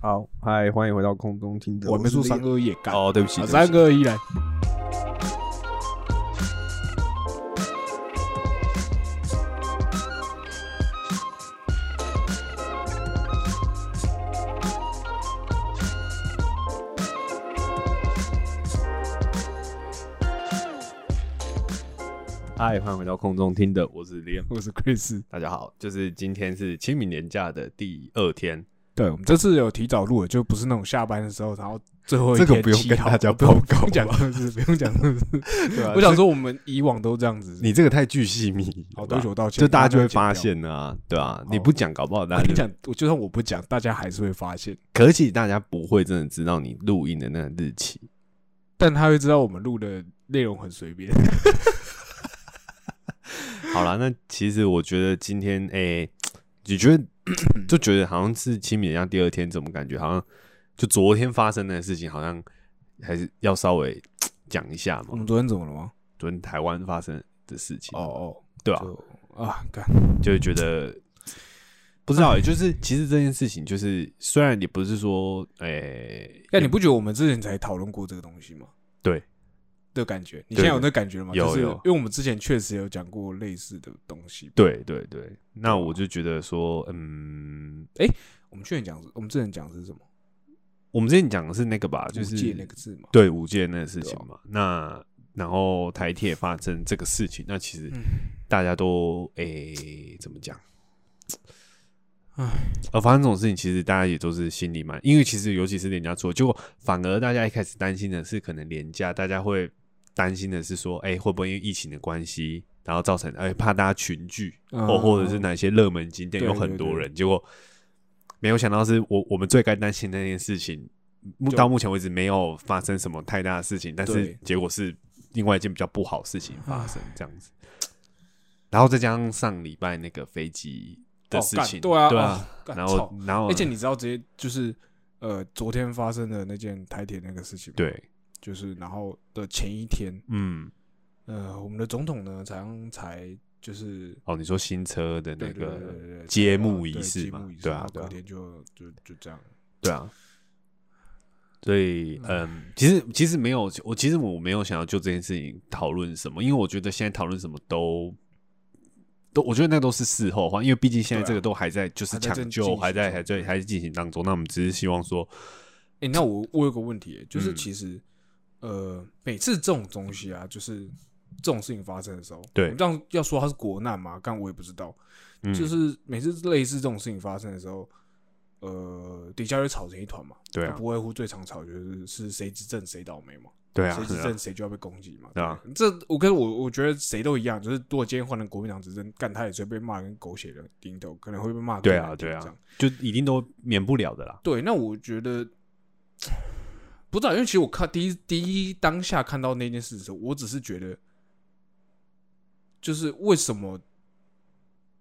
好，嗨，欢迎回到空中听的，我没说三个二一，干，哦，对不起，啊对不起三二一来，嗨，欢迎回到空中听的，我是 l i 我是 Chris。大家好，就是今天是清明年假的第二天，对，我们这次有提早录了，就不是那种下班的时候，然后最后一这个天不用七跟号大家不用报告不用讲政治，不用讲政治。对啊我想说，我们以往都这样子。你这个太巨细密，好，对不起，我道歉。就大家就会剪掉发，现啊，对啊，你好不讲，搞不好大我家跟就你讲，我就算我不讲，大家还是会发现，可是其实大家不会真的知道你录音的那个日期，但他会知道我们录的内容很随便。好啦，那其实我觉得今天，诶、你觉得就觉得好像是清明假第二天，怎么感觉好像就昨天发生的事情，好像还是要稍微讲一下我嘛们。昨天怎么了吗？昨天台湾发生的事情，嗯哦哦，对啊，就啊，干，就会觉得不知道、也就是其实这件事情，就是虽然也不是说，诶、但你不觉得我们之前才讨论过这个东西吗？对的感觉，你对现在有那感觉了吗？有就是有因为我们之前确实有讲过类似的东西。对对对，那我就觉得说，嗯，我们去年讲是，我们之前讲的是什么？我们之前讲的是那个吧，啊就是无界那个字嘛。对五届那个事情对啊嘛，那然后台铁发生这个事情，那其实嗯大家都诶、怎么讲？唉，呃，发生这种事情，其实大家也都是心里蛮，因为其实尤其是廉价出，结果反而大家一开始担心的是可能廉价，大家会担心的是说，哎、会不会因为疫情的关系，然后造成哎、怕大家群聚，嗯或或者是哪些热门景点对有很多对对人，结果没有想到是我我们最该担心的那件事情，目就到目前为止没有发生什么太大的事情，但是对结果是另外一件比较不好的事情发生，这样子。然后再加上上礼拜那个飞机的哦事干情，对啊对哦啊，干然操后然后而且你知道，直接就是呃，昨天发生的那件台铁那个事情，，对，就是然后的前一天，嗯，呃，我们的总统呢，才刚才就是哦，你说新车的那对对对对个，对对揭对幕对仪式揭嘛幕仪式对啊然后对啊隔天就就就这样，对啊，所以嗯，其实其实没有，我其实我没有想要就这件事情讨论什么，因为我觉得现在讨论什么都。都我觉得那都是事后话，因为毕竟现在对啊这个都还在就是还在抢正进救，行还在中还在还在进行当中。那我们只是希望说，哎、那我我有个问题、欸，就是嗯其实、呃，每次这种东西啊，就是这种事情发生的时候，对我们这样要说它是国难嘛，但我也不知道，嗯就是每次类似这种事情发生的时候，呃，底下就吵成一团嘛，对那啊，不外乎最常吵就是是谁执政谁倒霉嘛，对啊谁，执对啊政谁就要被攻击嘛，对啊这我跟我我觉得谁都一样，就是如果今天换成国民党执政，干他也随便骂跟狗血的顶头，可能会被骂更对啊难听对啊这样就一定都免不了的啦。对，那我觉得不知道，因为其实我看第一第一当下看到那件事的时候，我只是觉得，就是为什么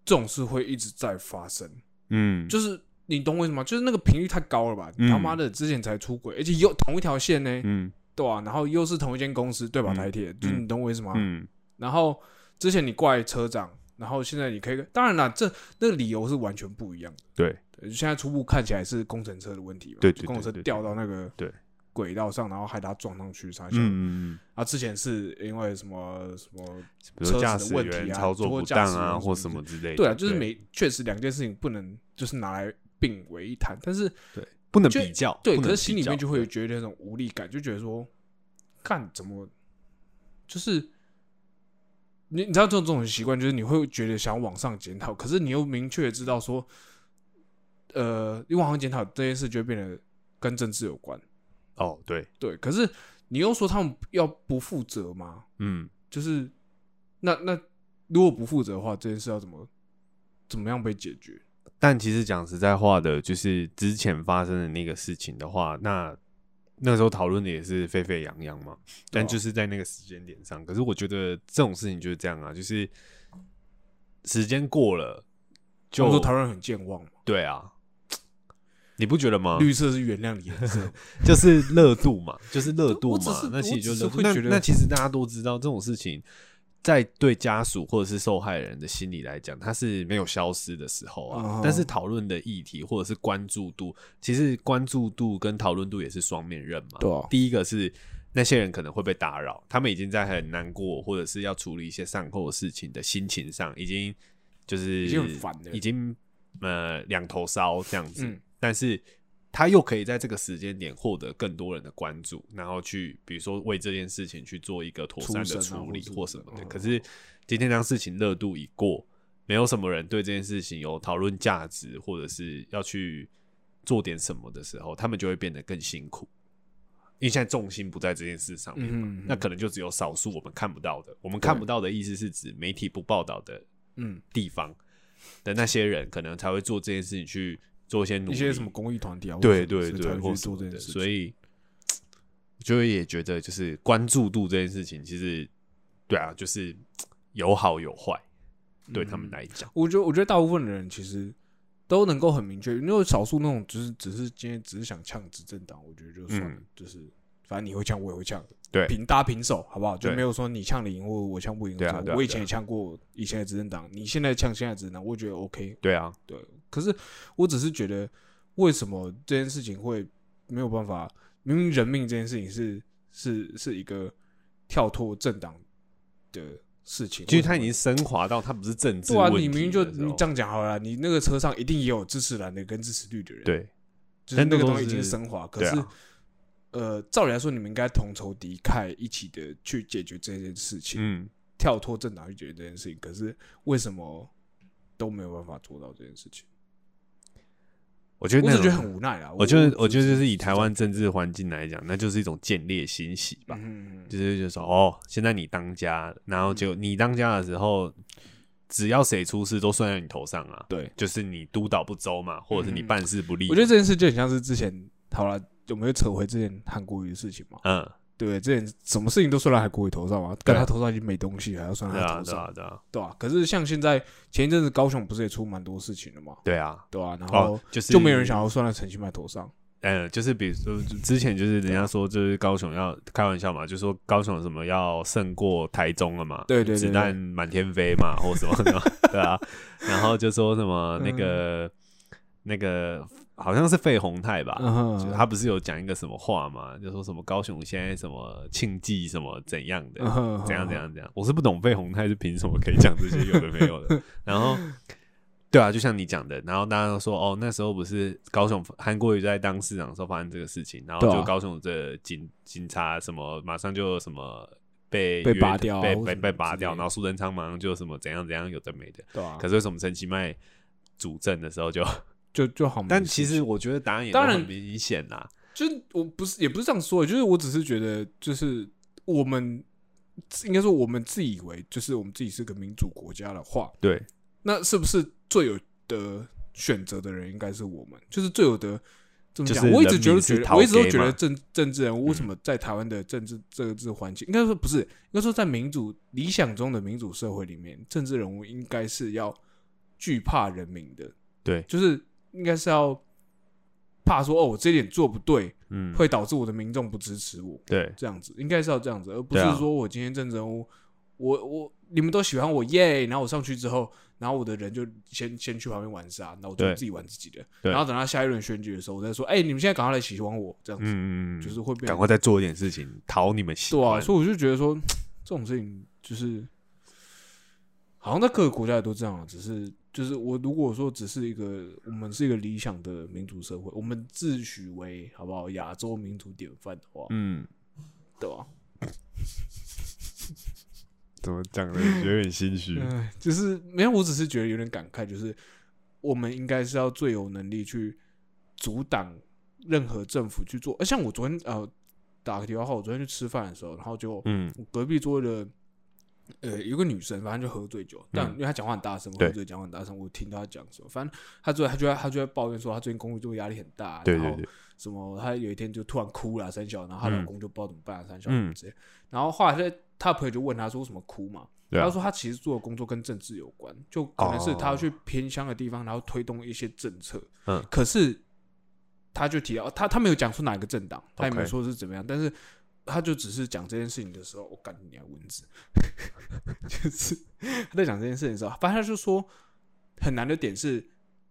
这种事会一直在发生？嗯，就是你懂我意思吗？就是那个频率太高了吧？嗯他妈的，之前才出轨，而且又同一条线呢，嗯对吧、然后又是同一间公司，对吧？嗯台铁，就是你懂我意思吗？嗯，然后之前你怪车长，然后现在你可以，当然啦，这那个理由是完全不一样的。对对现在初步看起来是工程车的问题嘛，对就对工程对车对掉到那个对轨道上，然后害他撞上去啥嗯小的。嗯嗯，啊，之前是因为什么什么？比如说车驾子驶的问题啊员操作或不驾当驶啊，员或什什么么之类的。对啊，就是每确实两件事情不能就是拿来并为一谈，但是不能就比较，对，不可能是心里比较面就会有觉得那种无力感，就觉得说，干怎么，就是你你知道这种这种习惯，就是你会觉得想往上检讨，可是你又明确地知道说，呃，你往上检讨这件事就会变得跟政治有关，哦，对，对，可是你又说他们要不负责吗？嗯，就是那那如果不负责的话，这件事要怎么怎么样被解决？但其实讲实在话的，就是之前发生的那个事情的话，那那时候讨论的也是沸沸扬扬嘛。但就是在那个时间点上，可是我觉得这种事情就是这样啊，就是时间过了他就们说台湾人很健忘 嘛，对啊，你不觉得吗？绿色是原谅你的颜色 嘛，就是热度嘛，就是热度我只嘛是。那其实就我只是热度会那觉得那其实大家都知道这种事情，在对家属或者是受害人的心理来讲，它是没有消失的时候啊。哦但是讨论的议题或者是关注度，其实关注度跟讨论度也是双面刃嘛。对啊第一个是那些人可能会被打扰，他们已经在很难过或者是要处理一些善后的事情的心情上，已经就是已经很烦了已经呃两头烧这样子。嗯但是他又可以在这个时间点获得更多人的关注，然后去比如说为这件事情去做一个妥善的出声啊处理或或什什么么的的。嗯可是今天当事情热度已过，没有什么人对这件事情有讨论价值，或者是要去做点什么的时候，他们就会变得更辛苦。因为现在重心不在这件事上面嘛，嗯那可能就只有少数我们看不到的。我们看不到的意思是指媒体不报道的嗯，地方的那些人，可能才会做这件事情去做一些努力，一些什么公益团体啊，或对者对是才对，会或去什做么这的，件事情。所以就会也觉得就是关注度这件事情，其实对啊，就是有好有坏，对他们嗯来讲，我觉得，我觉得大部分的人其实都能够很明确，因为少数那种只是只是今天只是想呛执政党，我觉得就算了，嗯就是反正你会呛，我也会呛，对平搭平手，好不好？就对没有说你呛你赢或我呛不赢。对啊这种对啊我以前对啊也呛过以前的执政党，你现在呛现在的执政党，我觉得 OK。对啊，对，可是我只是觉得，为什么这件事情会没有办法？明明人命这件事情是是是一个跳脱政党的事情，其实为他什已经么升华到他不是政治对啊，问题你明明就的时候你这样讲好了，你那个车上一定也有支持蓝的跟支持绿的人，，对就是但那个那东都西已经是升华。可对是啊，呃，照理来说，你们应该同仇敌忾，一起的去解决这件事情，嗯，跳脱政党去解决这件事情。可是为什么都没有办法做到这件事情？我觉得我那只觉得种很无奈啊。我觉得，我我觉得就是以台湾政治环境来讲，那就是一种见猎心喜吧。嗯，就是就说哦，现在你当家，然后结果你当家的时候，只要谁出事都算在你头上啊。对，就是你督导不周嘛，或者是你嗯办事不力。我觉得这件事就很像是之前，好了，我们又扯回之前韩国瑜的事情嘛，嗯，对不对？之前什么事情都算在韩国瑜头上嘛，但对啊他头上已经没东西了，还要算在对他啊，嗯头对上啊，，对啊，对吧、可是像现在前一阵子高雄不是也出蛮多事情的嘛，对啊。对吧、然后哦，就是就没有人想，要算在陈其迈头上，嗯，就是比如说之前就是人家说就是高雄要开玩笑嘛，就说高雄什么要胜过台中了嘛，对对对子弹满天飞嘛，或什么的， 对啊，然后就说什么嗯那个、那个好像是费宏泰吧，嗯就哼，他不是有讲一个什么话嘛，就说什么高雄现在什么庆忌什么怎样的，嗯哼怎样怎，样怎样，我是不懂费宏泰是凭什么可以讲这些有的没有的。然后，对啊，就像你讲的，然后大家都说哦，那时候不是高雄韩国瑜在当市长的时候发生这个事情，然后对就啊高雄的警警察什么马上就什么被被约拔掉啊被或被什么被拔之掉，类的然后苏贞昌马上就什么怎样怎样有的没的。对啊，嗯可是为什么陈其迈主政的时候就？ 就就好没事情，但其实我觉得答案也当都然很明显啦，就是我不是也不是这样说，就是我只是觉得，就是我们应该说我们自以为就是我们自己是个民主国家的话，对，那是不是最有的选择的人应该是我们？就是最有的怎么讲？就是我一直人觉得民是觉得，逃我一直都给觉得嘛嗯政政治人物为什么在台湾的政治政治环境，应该说不是，应该说在民主理想中的民主社会里面，政治人物应该是要惧怕人民的，对就是应该是要怕说哦，我这点做不对，嗯，会导致我的民众不支持我，对，这样子应该是要这样子，而不对是啊说我今天政治人物，我我你们都喜欢我耶，然后我上去之后，然后我的人就先先去旁边玩沙，然后我就对自己玩自己的，对然后等到下一轮选举的时候，我再说，哎、你们现在赶快来喜欢我，这样嗯子、嗯嗯，就是会变赶快再做一点事情讨你们喜对啊，欢。所以我就觉得说这种事情就是好像在各个国家也都这样啊，只是就是我如果说只是一个我们是一个理想的民主社会，我们自诩为好不好亚洲民主典范的话，嗯，对吧、怎么讲呢？有点心虚嗯，就是没有，我只是觉得有点感慨，就是我们应该是要最有能力去阻挡任何政府去做。呃、像我昨天呃打个比方话，我昨天去吃饭的时候，然后就嗯，我隔壁桌的呃有个女生，反正就喝醉酒，但因为她讲话很大声，我喝嗯对醉讲话很大声，我听到她讲什么，反正她最后她就在她就在抱怨说她最近工作压力很大，对然对后对，什么，她有一天就突然哭了、三小，然后她老嗯公就不知道怎么办、啊、三小嗯之类，然后后来她她朋友就问她说为什么哭嘛，对啊她说她其实做的工作跟政治有关，就可能是她要哦去偏乡的地方，然后推动一些政策，嗯可是她就提到她她没有讲出哪个政党，她也没有 OK 说是怎么样，但是。他就只是讲这件事情的时候，我干你娘蚊子， 就是他在讲这件事情的时候，反正他就说很难的点是，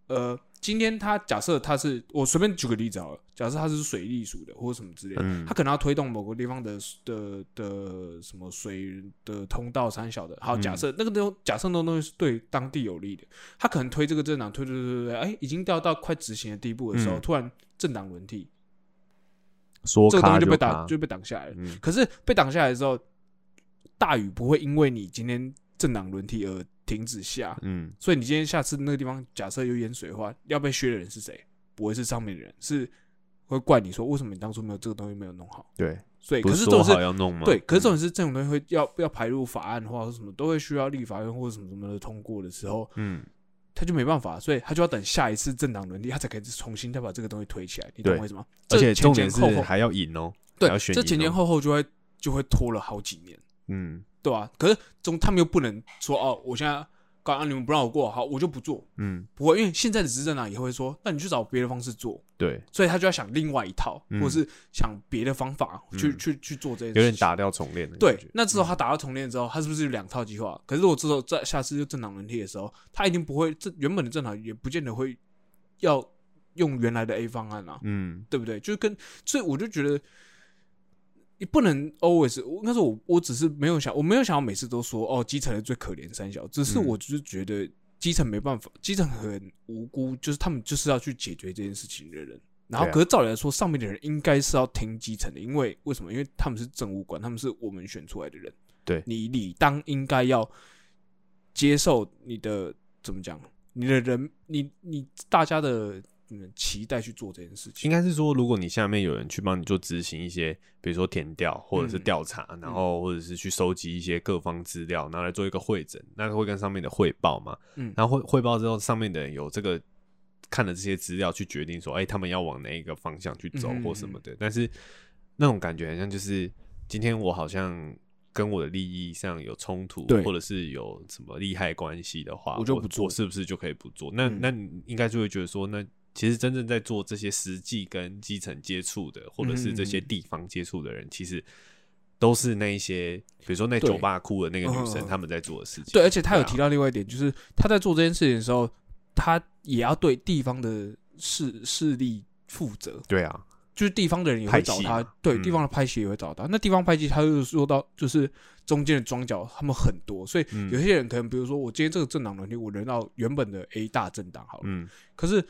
呃，今天他假设他是我随便举个例子好了，假设他是水利署的或者什么之类的，嗯他可能要推动某个地方的的的什么水的通道三小的，好，嗯假设、那个东假设那种东西是对当地有利的，他可能推这个政党推推推推推，哎、已经掉到快执行的地步的时候，嗯突然政党轮替，说这个东卡西就被卡挡就被挡下来了。嗯可是被挡下来之后，大雨不会因为你今天政党轮替而停止下，嗯所以你今天下次那个地方假设有淹水的话，要被削的人是谁？不会是上面的人，是会怪你说为什么你当初没有这个东西没有弄好。对，所以，不可是这说种是好要弄吗？对，可是嗯这种是这种东西会要要排入法案或者什么，都会需要立法院或者什么什么的通过的时候，嗯他就没办法，所以他就要等下一次政党轮替，他才可以重新再把这个东西推起来。你懂对我意思吗？而且这前重前点是后后，还要赢哦，对还要，选这赢前前哦后后就会就会拖了好几年，嗯对吧、可是中他们又不能说哦，我现在刚刚你们不让我过，好，我就不做，嗯，不会，因为现在的执政党也会说，那你去找别的方式做，对，所以他就要想另外一套，嗯或者是想别的方法去、嗯去去做这件事有情，点打掉重练的感对觉，，那之后他打到重练之后，他是不是有两套计划？可是我之后在下次就政党轮替的时候，他一定不会，这原本的政党也不见得会要用原来的 A 方案啊，嗯对不对？就跟所以我就觉得，你不能 always，我那时候我我只是没有想，我没有想要每次都说哦基层的最可怜三小，只是嗯我就是觉得基层没办法，基层很无辜，就是他们就是要去解决这件事情的人。然后，对啊可是照理来说，上面的人应该是要听基层的，因为为什么？因为他们是政务官，他们是我们选出来的人。对你理当应该要接受你的怎么讲？你的人，你你大家的嗯期待去做这件事情应。该是说，如果你下面有人去帮你做执行一些，比如说填调或者是嗯调查，然后或者是去收集一些各方资料，拿来做一个会诊，那会跟上面的汇报嘛？嗯然后汇汇报之后，上面的人有这个看了这些资料去决定说，哎、他们要往哪一个方向去走嗯嗯或什么的。但是那种感觉很像就是今天我好像。跟我的利益上有冲突，对或者是有什么利害关系的话，我就不做我是不是就可以不做？那、嗯那你应该就会觉得说，那其实真正在做这些实际跟基层接触的，或者是这些嗯地方接触的人，其实都是那一些，比如说那对酒吧哭的那个女生，嗯他们在做的事情。对，而且他有对啊提到另外一点，就是他在做这件事情的时候，他也要对地方的势势力负责，对啊，就是地方的人也会找派他系嘛，对，嗯地方的派系也会找他。那地方派系，他又说到，就是中间的庄脚他们很多，所以嗯有些人可能，比如说我今天这个政党能力，我人到原本的 A 大政党好了，嗯，可是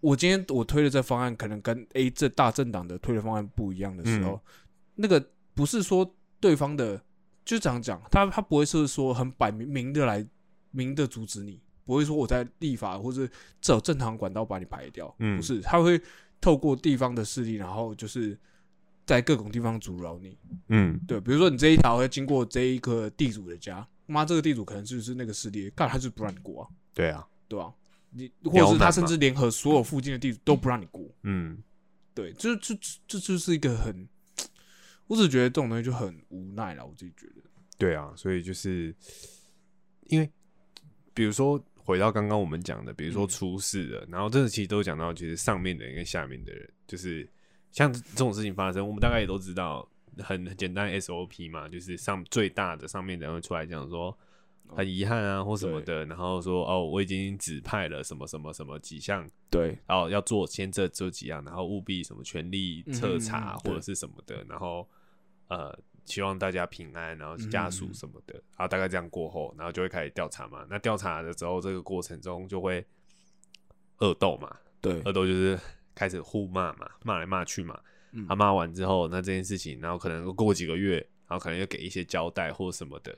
我今天我推的这方案，可能跟 A 这大政党的推的方案不一样的时候，嗯那个不是说对方的就这样讲，他他不会是说很摆明明的来明的阻止你，不会说我在立法或者走正常管道把你排掉，嗯不是，他会透过地方的势力，然后就是在各种地方阻挠你，嗯，对，比如说你这一条要经过这一个地主的家，妈这个地主可能就是那个势力，干他就是不让你过啊，对啊，对吧、你或者刁是难他嘛甚至联合所有附近的地主都不让你过，嗯，对，这这这这就是一个很，我只觉得这种东西就很无奈了，我自己觉得。对啊，所以就是因为，比如说回到刚刚我们讲的，比如说嗯出事了，然后这个其实都讲到，其实上面的人跟下面的人，就是像这种事情发生，我们大概也都知道，很很简单的 SOP 嘛，就是上最大的上面的人会出来讲说。很遗憾啊，或什么的，然后说哦，我已经指派了什么什么什么几项对，哦，要做先这这几样，然后务必什么全力彻查嗯哼嗯哼或者是什么的，然后呃，希望大家平安，然后家属什么的，然后大概这样过后，然后就会开始调查嘛。那调查的时候，这个过程中就会恶斗嘛，对恶斗就是开始互骂嘛，骂来骂去嘛。嗯他骂完之后，那这件事情，然后可能过几个月，然后可能又给一些交代或什么的，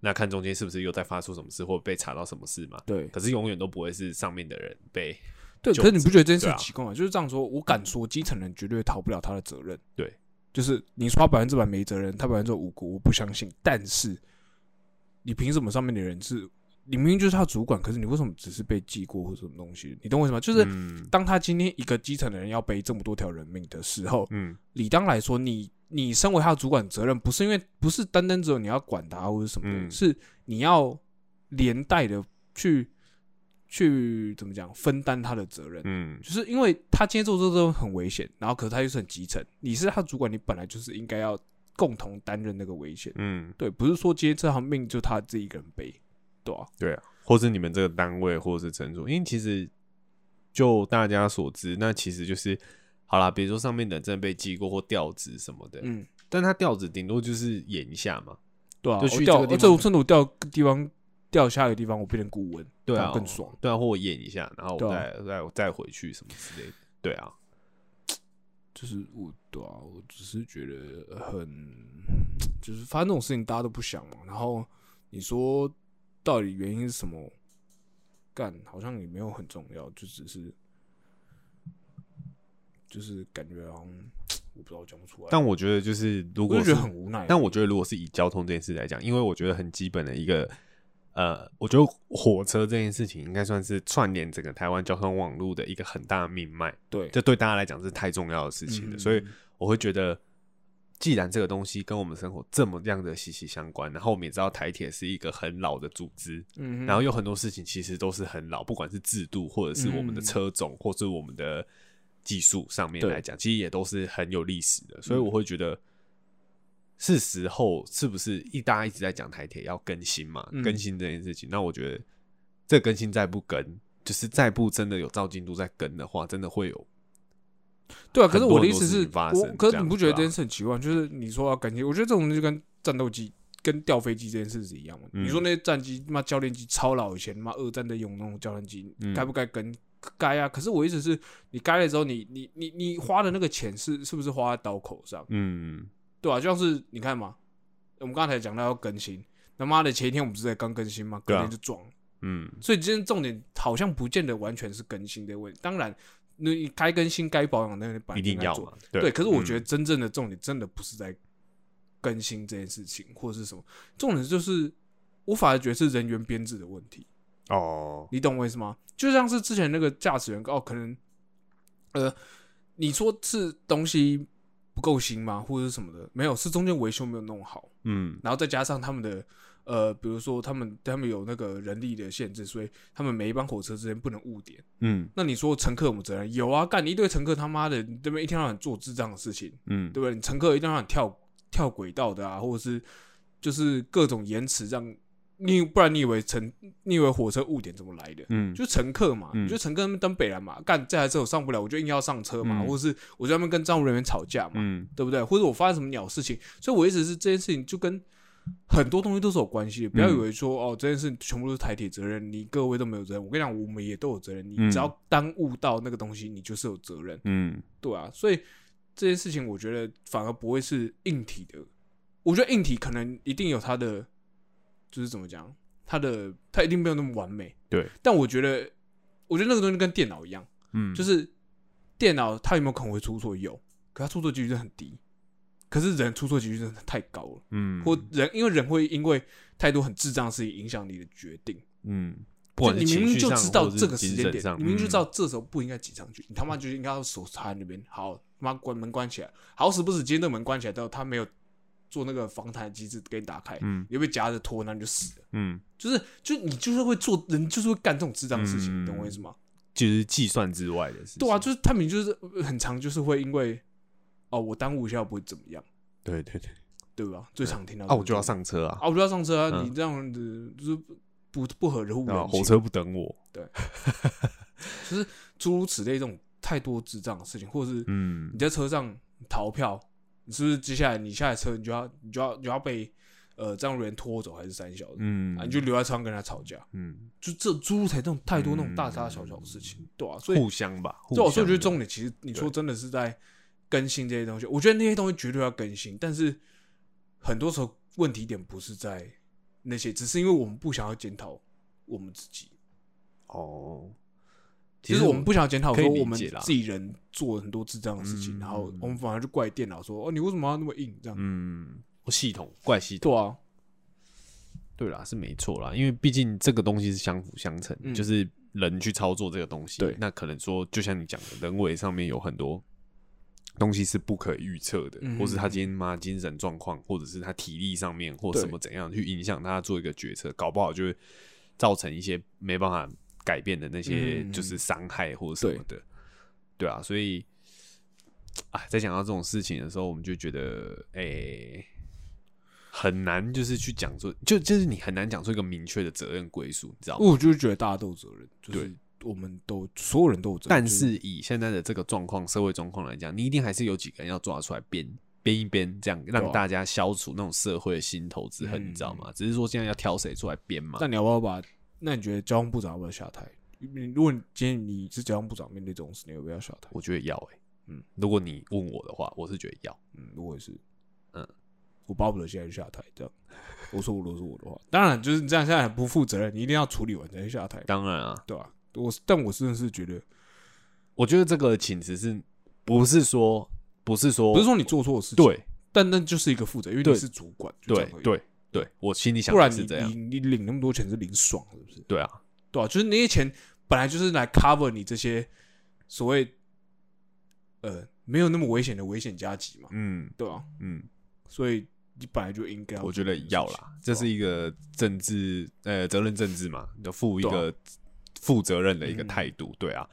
那看中间是不是又在发出什么事或被查到什么事嘛？对可是永远都不会是上面的人被对，就可是你不觉得这件事对很啊奇怪吗？就是这样说，我敢说基层人绝对逃不了他的责任。对，就是你说他百分之百没责任，他百分之五无辜，我不相信。但是你凭什么上面的人是？你明明就是他主管，可是你为什么只是被记过或者什么东西？你懂我意思吗？就是嗯当他今天一个基层的人要背这么多条人命的时候，嗯理当来说，你你身为他的主管责任，不是因为不是单单只有你要管他或者什么的，嗯是你要连带的去去怎么讲分担他的责任，嗯就是因为他今天做这都很危险，然后可是他又是很基层，你是他主管，你本来就是应该要共同担任那个危险，嗯，对，不是说今天这条命就他自己一个人背，对啊，对啊，或是你们这个单位或者是诊所，因为其实就大家所知，那其实就是好啦，比如说上面的人真的被记过或调职什么的，嗯，但他调职顶多就是演一下嘛，对啊，就去我掉，这个地我方这我甚至我掉个地方掉下一个地方，我变成顾问，对那啊，更爽，对啊，或我演一下，然后我对再啊再我再回去什么之类的，对啊，就是我对啊，我只是觉得很，就是发生这种事情大家都不想嘛。然后你说到底原因是什么？干好像也没有很重要，就只是就是感觉好像我不知道我讲不出来，但我觉得就是如我果就觉是得很无奈。但我觉得，如果是以交通这件事来讲，因为我觉得很基本的一个，呃，我觉得火车这件事情应该算是串联整个台湾交通网络的一个很大的命脉，对这对大家来讲是太重要的事情了。嗯所以我会觉得，既然这个东西跟我们生活这么样的息息相关，然后我们也知道台铁是一个很老的组织，嗯哼，然后有很多事情其实都是很老，不管是制度或者是我们的车种，或是我们的技术上面嗯对嗯来讲，其实也都是很有历史的。所以我会觉得，是时候是不是一大家一直在讲台铁要更新嘛？嗯更新这件事情，那我觉得这更新再不更，就是再不真的有照进度再更的话，真的会有对啊，可是很多我的很意多思事是情，发我生可这是样你不觉得对啊这件事很奇怪？就是你说要感谢，我觉得这种东西跟战斗机跟掉飞机这件事是一样嘛。嗯你说那些战机，妈教练机超老以前，妈二战在用那种教练机嗯，该不该跟？该啊！可是我意思是，你该了之后你，你你你花的那个钱是是不是花在刀口上？嗯对啊，就像是你看嘛，我们刚才讲到要更新，他妈的前一天我们不是才刚更新吗？对隔啊天就撞了嗯所以今天重点好像不见得完全是更新的问题。当然，那你该更新、该保养的，那本来一就定应该要做嘛？对，嗯可是我觉得得真正的重点真的不是在更新这件事情，或者是什么，重点就是我反而觉得是人员编制的问题，哦，你懂我意思吗？就像是之前那个驾驶员哦，可能呃，你说是东西不够新吗，或者是什么的？没有，是中间维修没有弄好，嗯然后再加上他们的呃，比如说他们他们有那个人力的限制，所以他们每一班火车之间不能误点。嗯那你说乘客有没有责任？有啊，干你一堆乘客他妈的，你这边一天到晚做智障的事情。嗯，对不对？你乘客一定让你跳跳轨道的啊，或者是就是各种延迟，让你不然你以为乘你以为火车误点怎么来的？嗯就乘客嘛，嗯你就乘客那边登北兰嘛，干这台车我上不了，我就硬要上车嘛，嗯或者是我在那边跟站务人员吵架嘛，嗯对不对？或者我发生什么鸟事情，所以我一直是这件事情就跟很多东西都是有关系的。不要以嗯为说、哦，这件事全部都是台铁责任，你各位都没有责任。我跟你讲，我们也都有责任。你嗯只要耽误到那个东西，你就是有责任。嗯对啊，所以这件事情我觉得反而不会是硬体的，我觉得硬体可能一定有它的，就是怎么讲，它的它一定没有那么完美。对，但我觉得，我觉得那个东西跟电脑一样，嗯，就是电脑它有没有可能会出错？有，可它出错几率真的很低。可是人出错几率真的太高了，嗯或人因为人会因为太多很智障的事情影响你的决定。嗯，不就管是你明情明绪就上知道或者这是个时精间神点，上你明明就嗯知道这时候不应该挤上去，你他妈就应该要手插在那边，好他妈关门关起来，好死不死今天这门关起来之后，他没有做那个防弹机制给你打开，嗯你就被夹着拖，那你就死了。嗯，就是就你就是会做人，就是会干这种智障的事情，嗯你懂我意思吗？就是计算之外的事情。对啊，就是他们就是呃很常就是会因为哦我耽误一下不会怎么样，对对对，对吧？最常听到啊，我就要这种上车啊，啊我就要上车啊，嗯你这样子就是不不合人乎啊，人火情。车不等我。就是诸如此类这种太多智障的事情，或者是嗯你在车上逃票，你是不是接下来你下来车你就要你就要你就要被呃张务员拖走还是三小的？嗯啊，你就留在车上跟他吵架，嗯，就这诸如此类这种太多那种大大小小的事情，对啊，所以互相吧，互对我说，所以我觉得相重点其实你说真的是在更新这些东西，我觉得那些东西绝对要更新，但是很多时候问题点不是在那些，只是因为我们不想要检讨我们自己，哦。其实我们不想检讨可以说理我们解啦自己人做很多智障的事嗯情，然后我们反而就怪电脑说：“哦，你为什么要那么硬？”这样、嗯，系统怪系统，对啊，对啦，是没错啦，因为毕竟这个东西是相辅相成，嗯就是人去操作这个东西，对那可能说就像你讲的，人为上面有很多东西是不可预测的，嗯或是他今天妈精神状况，或者是他体力上面或对什么怎样去影响他做一个决策，搞不好就会造成一些没办法改变的那些嗯嗯嗯就是伤害或者什么的，对啊，所以啊，在讲到这种事情的时候，我们就觉得哎、很难就是去讲出，就就是你很难讲出一个明确的责任归属，你知道吗？我就是觉得大家都有责任，就是对我们都所有人都有责任，但就是以现在的这个状况、社会状况来讲，你一定还是有几个人要抓出来编编一编，这样让大家消除那种社会的心头之恨，嗯你知道吗？只是说现在要挑谁出来编嘛。但你要不要把？那你觉得交通部长要不要下台？你如果你今天你是交通部长，面对这种事，你要不要下台？我觉得要哎、嗯嗯，如果你问我的话，我是觉得要，嗯，我也是，嗯，我巴不得现在就下台，这样。我说我如果是我的话，当然就是你这样下来不负责任，你一定要处理完才下台，当然啊，对吧、我但我真的是觉得，我觉得这个请辞是不是说不是说不是说你做错事情，，对但那就是一个负责，因为你对是主管，就这对样而已，对对，我心里想不的然是你这样，你你领那么多钱是领爽是不是？对啊，对啊，就是那些钱本来就是来 cover 你这些所谓呃没有那么危险的危险加急嘛，嗯对啊，嗯，所以你本来就应该，我觉得要啦，这啊是一个政治呃责任政治嘛，你要负一对啊个负责任的一个嗯态度，对啊，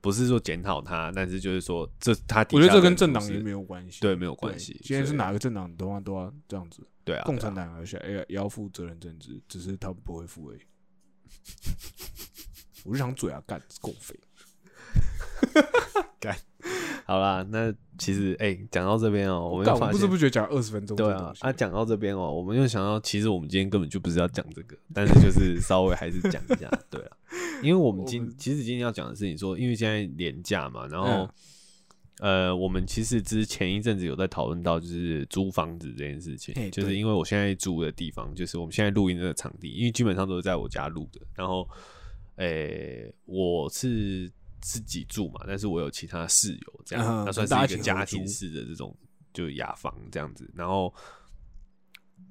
不是说检讨他，但是就是说这他底我觉得下这的跟人政都党是也没有关系，对没有对关系，今天是所以哪个政党的话都要这样子，对啊，共对啊产党而且也也要负责任政治，只是他们不会负 而已。我就想嘴啊，干共匪，好啦，那其实哎讲到这边哦，我们干又发我不知现不觉讲二十分钟这对个啊东，西啊，了，讲到这边哦，我们又想到，其实我们今天根本就不是要讲这个，但是就是 稍微还是讲一下，对啊，因为我们我今们其实今天要讲的事情说，因为现在廉价嘛，然后、嗯呃，我们其实之前一阵子有在讨论到就是租房子这件事情嘿，就是对因为我现在住的地方，就是我们现在录音这个场地，因为基本上都是在我家录的，然后诶、我是自己住嘛，但是我有其他室友这嗯样，那、算大家是一一起个合家租庭式的这种就雅房这样子，然后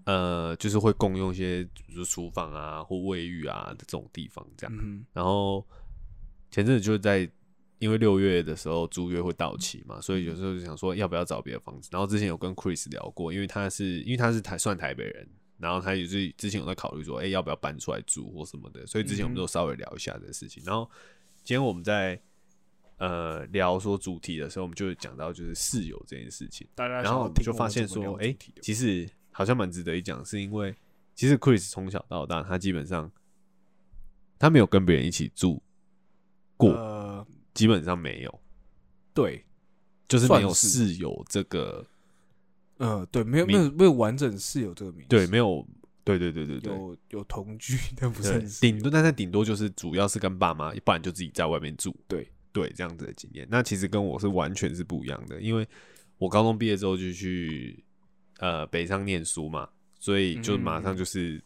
呃，就是会共用一些比如说厨房啊或卫浴啊这种地方这样，嗯然后前阵子就在因为六月的时候租约会到期嘛，所以有时候就想说要不要找别的房子。然后之前有跟 Chris 聊过，因为他是因为他是台算台北人，然后他也是之前有在考虑说，哎、要不要搬出来住或什么的。所以之前我们嗯哼都稍微聊一下这个事情。然后今天我们在呃聊说主题的时候，我们就讲到就是室友这件事情。大家然后我们就发现说，哎、其实好像蛮值得一讲，是因为其实 Chris 从小到大，他基本上他没有跟别人一起住过，呃，基本上没有，对，就是没有算是室友这个，呃，对，没有没有没有完整室友这个名词，对，没有，对对对对对。有有同居，但不对是室友顶多，但是顶多就是主要是跟爸妈，不然就自己在外面住。对对，这样子的经验，那其实跟我是完全是不一样的，因为我高中毕业之后就去呃北上念书嘛，所以就马嗯上就是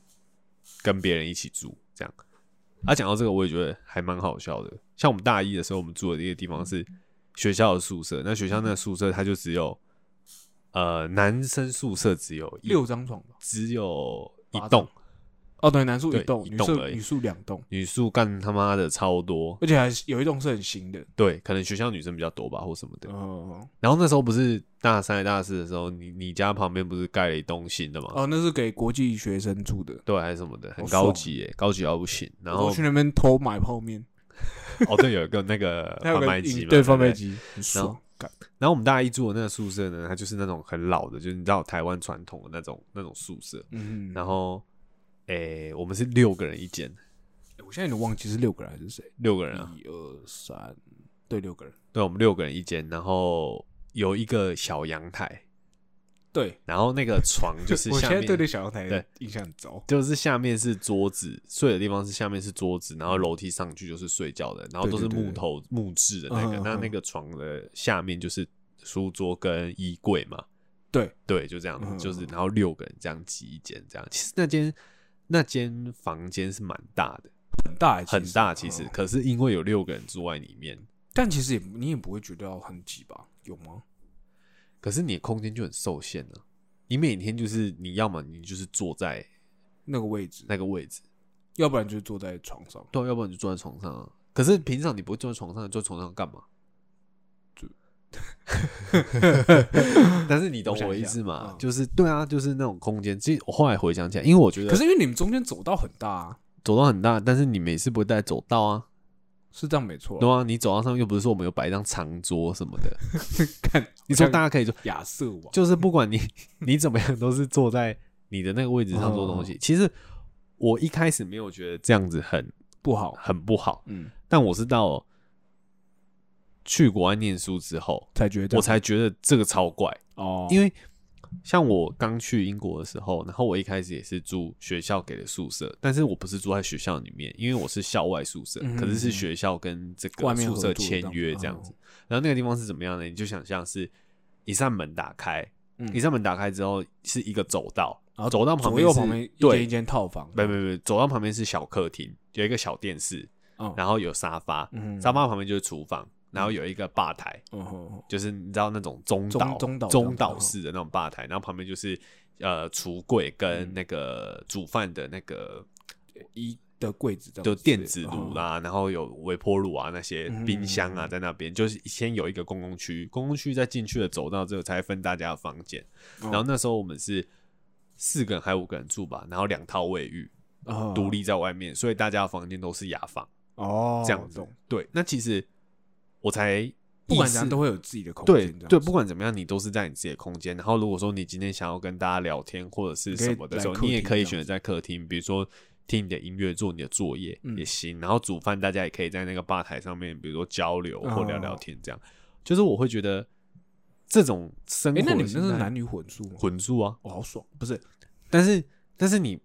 跟别人一起住这样。啊，讲到这个，我也觉得还蛮好笑的。像我们大一的时候，我们住的那个地方是学校的宿舍，那学校那个宿舍它就只有呃男生宿舍只有一六张床吧？只有一八栋张，哦，对，男宿一对栋，一女栋宿而已女宿两栋，女宿干他妈的超多，而且还是有一栋是很新的，对，可能学校女生比较多吧，或什么的。哦然后那时候不是大三、大四的时候，你你家旁边不是盖了一栋新的吗？哦，那是给国际学生住的，对，还是什么的，很好爽高级耶、高级到不行。然我后都去那边偷买泡面，哦，对，有一个那个 还有呃贩个卖饮机嘛，对不贩卖。机，很然爽后，干然后我们大一住的那个宿舍呢，它就是那种很老的，就是你知道台湾传统的那种那种宿舍。嗯，然后，诶、我们是六个人一间，诶我现在有点忘记是六个人还是谁，六个人啊，一二三，对，六个人，对，我们六个人一间，然后有一个小阳台，对，然后那个床就是 我下现在面对那小阳台对印象很糟，就是下面是桌子，睡的地方是下面是桌子，然后楼梯上去就是睡觉的，然后都是对对对木头木质的那个，嗯嗯那嗯那个床的下面就是书桌跟衣柜嘛，对对，就这样子，嗯嗯就是嗯然后六个人这样挤一间这样，其实那间那间房间是蛮大的，很大欸，很大其实，嗯可是因为有六个人住在里面，但其实也你也不会觉得到很挤吧？有吗？可是你的空间就很受限了、你每天就是你要么你就是坐在那个位置，那个位置。要不然就是坐在床上，对啊、要不然你就坐在床上、啊。可是平常你不会坐在床上，你坐在床上干嘛？就 但是你懂我想我一意下思嘛？嗯就是对啊，就是那种空间。其实我后来回想起来，因为我觉得，可是因为你们中间走道很大、啊，走道很大，但是你每次不会带走道啊，是这样没错啊。对啊，你走道上又不是说我们有摆一张长桌什么的， 看你说像大家可以坐，亚瑟王，就是不管你 你怎么样，都是坐在你的那个位置上做东嗯西。其实我一开始没有觉得这样子很不好，很不好，嗯，但我是到去国外念书之后，才觉得我才觉得这个超怪。啊哦，因为为像我刚去英国的时候，然后我一开始也是住学校给的宿舍，但是我不是住在学校里面，因为我是校外宿舍，嗯可是是学校跟这外个面宿合舍住签约这这样哦样子。然后那个地方是怎么样呢？你就想象是一扇门打开，嗯一扇门打开之后是一个走道，然后走到旁左边右是旁边一间对一，间套房，没没没，走到旁边是小客厅，有一个小电视，嗯，然后有沙发，嗯沙发旁边就是厨房，然后有一个吧台，嗯哼哼就是你知道那种中中岛中岛嗯中中岛岛式的那种吧台，然后旁边就是呃橱柜嗯跟那个煮饭的那个一的柜子这样子，就电子炉哦，啦，然后有微波炉啊那些嗯冰箱啊在那边，就是先有一个公共区，公共区再进去的走道之后才分大家的房间，哦然后那时候我们是四个人还五个人住吧，然后两套卫浴哦独立在外面，所以大家的房间都是雅房哦，这样子懂，。对，那其实我才。不管怎意样识都会有自己的空间，对这样对，子不管怎么样，你都是在你自己的空间。然后，如果说你今天想要跟大家聊天或者是你可以什么的时候来，客你也厅可以这样选择在客厅，比如说听你的音乐、做你的作业嗯也行。然后煮饭，大家也可以在那个吧台上面，比如说交流或聊聊哦天这样。就是我会觉得这种生活哎，的那形态，你们那是男女混住吗？混住啊？哦，好爽，不是但是但是你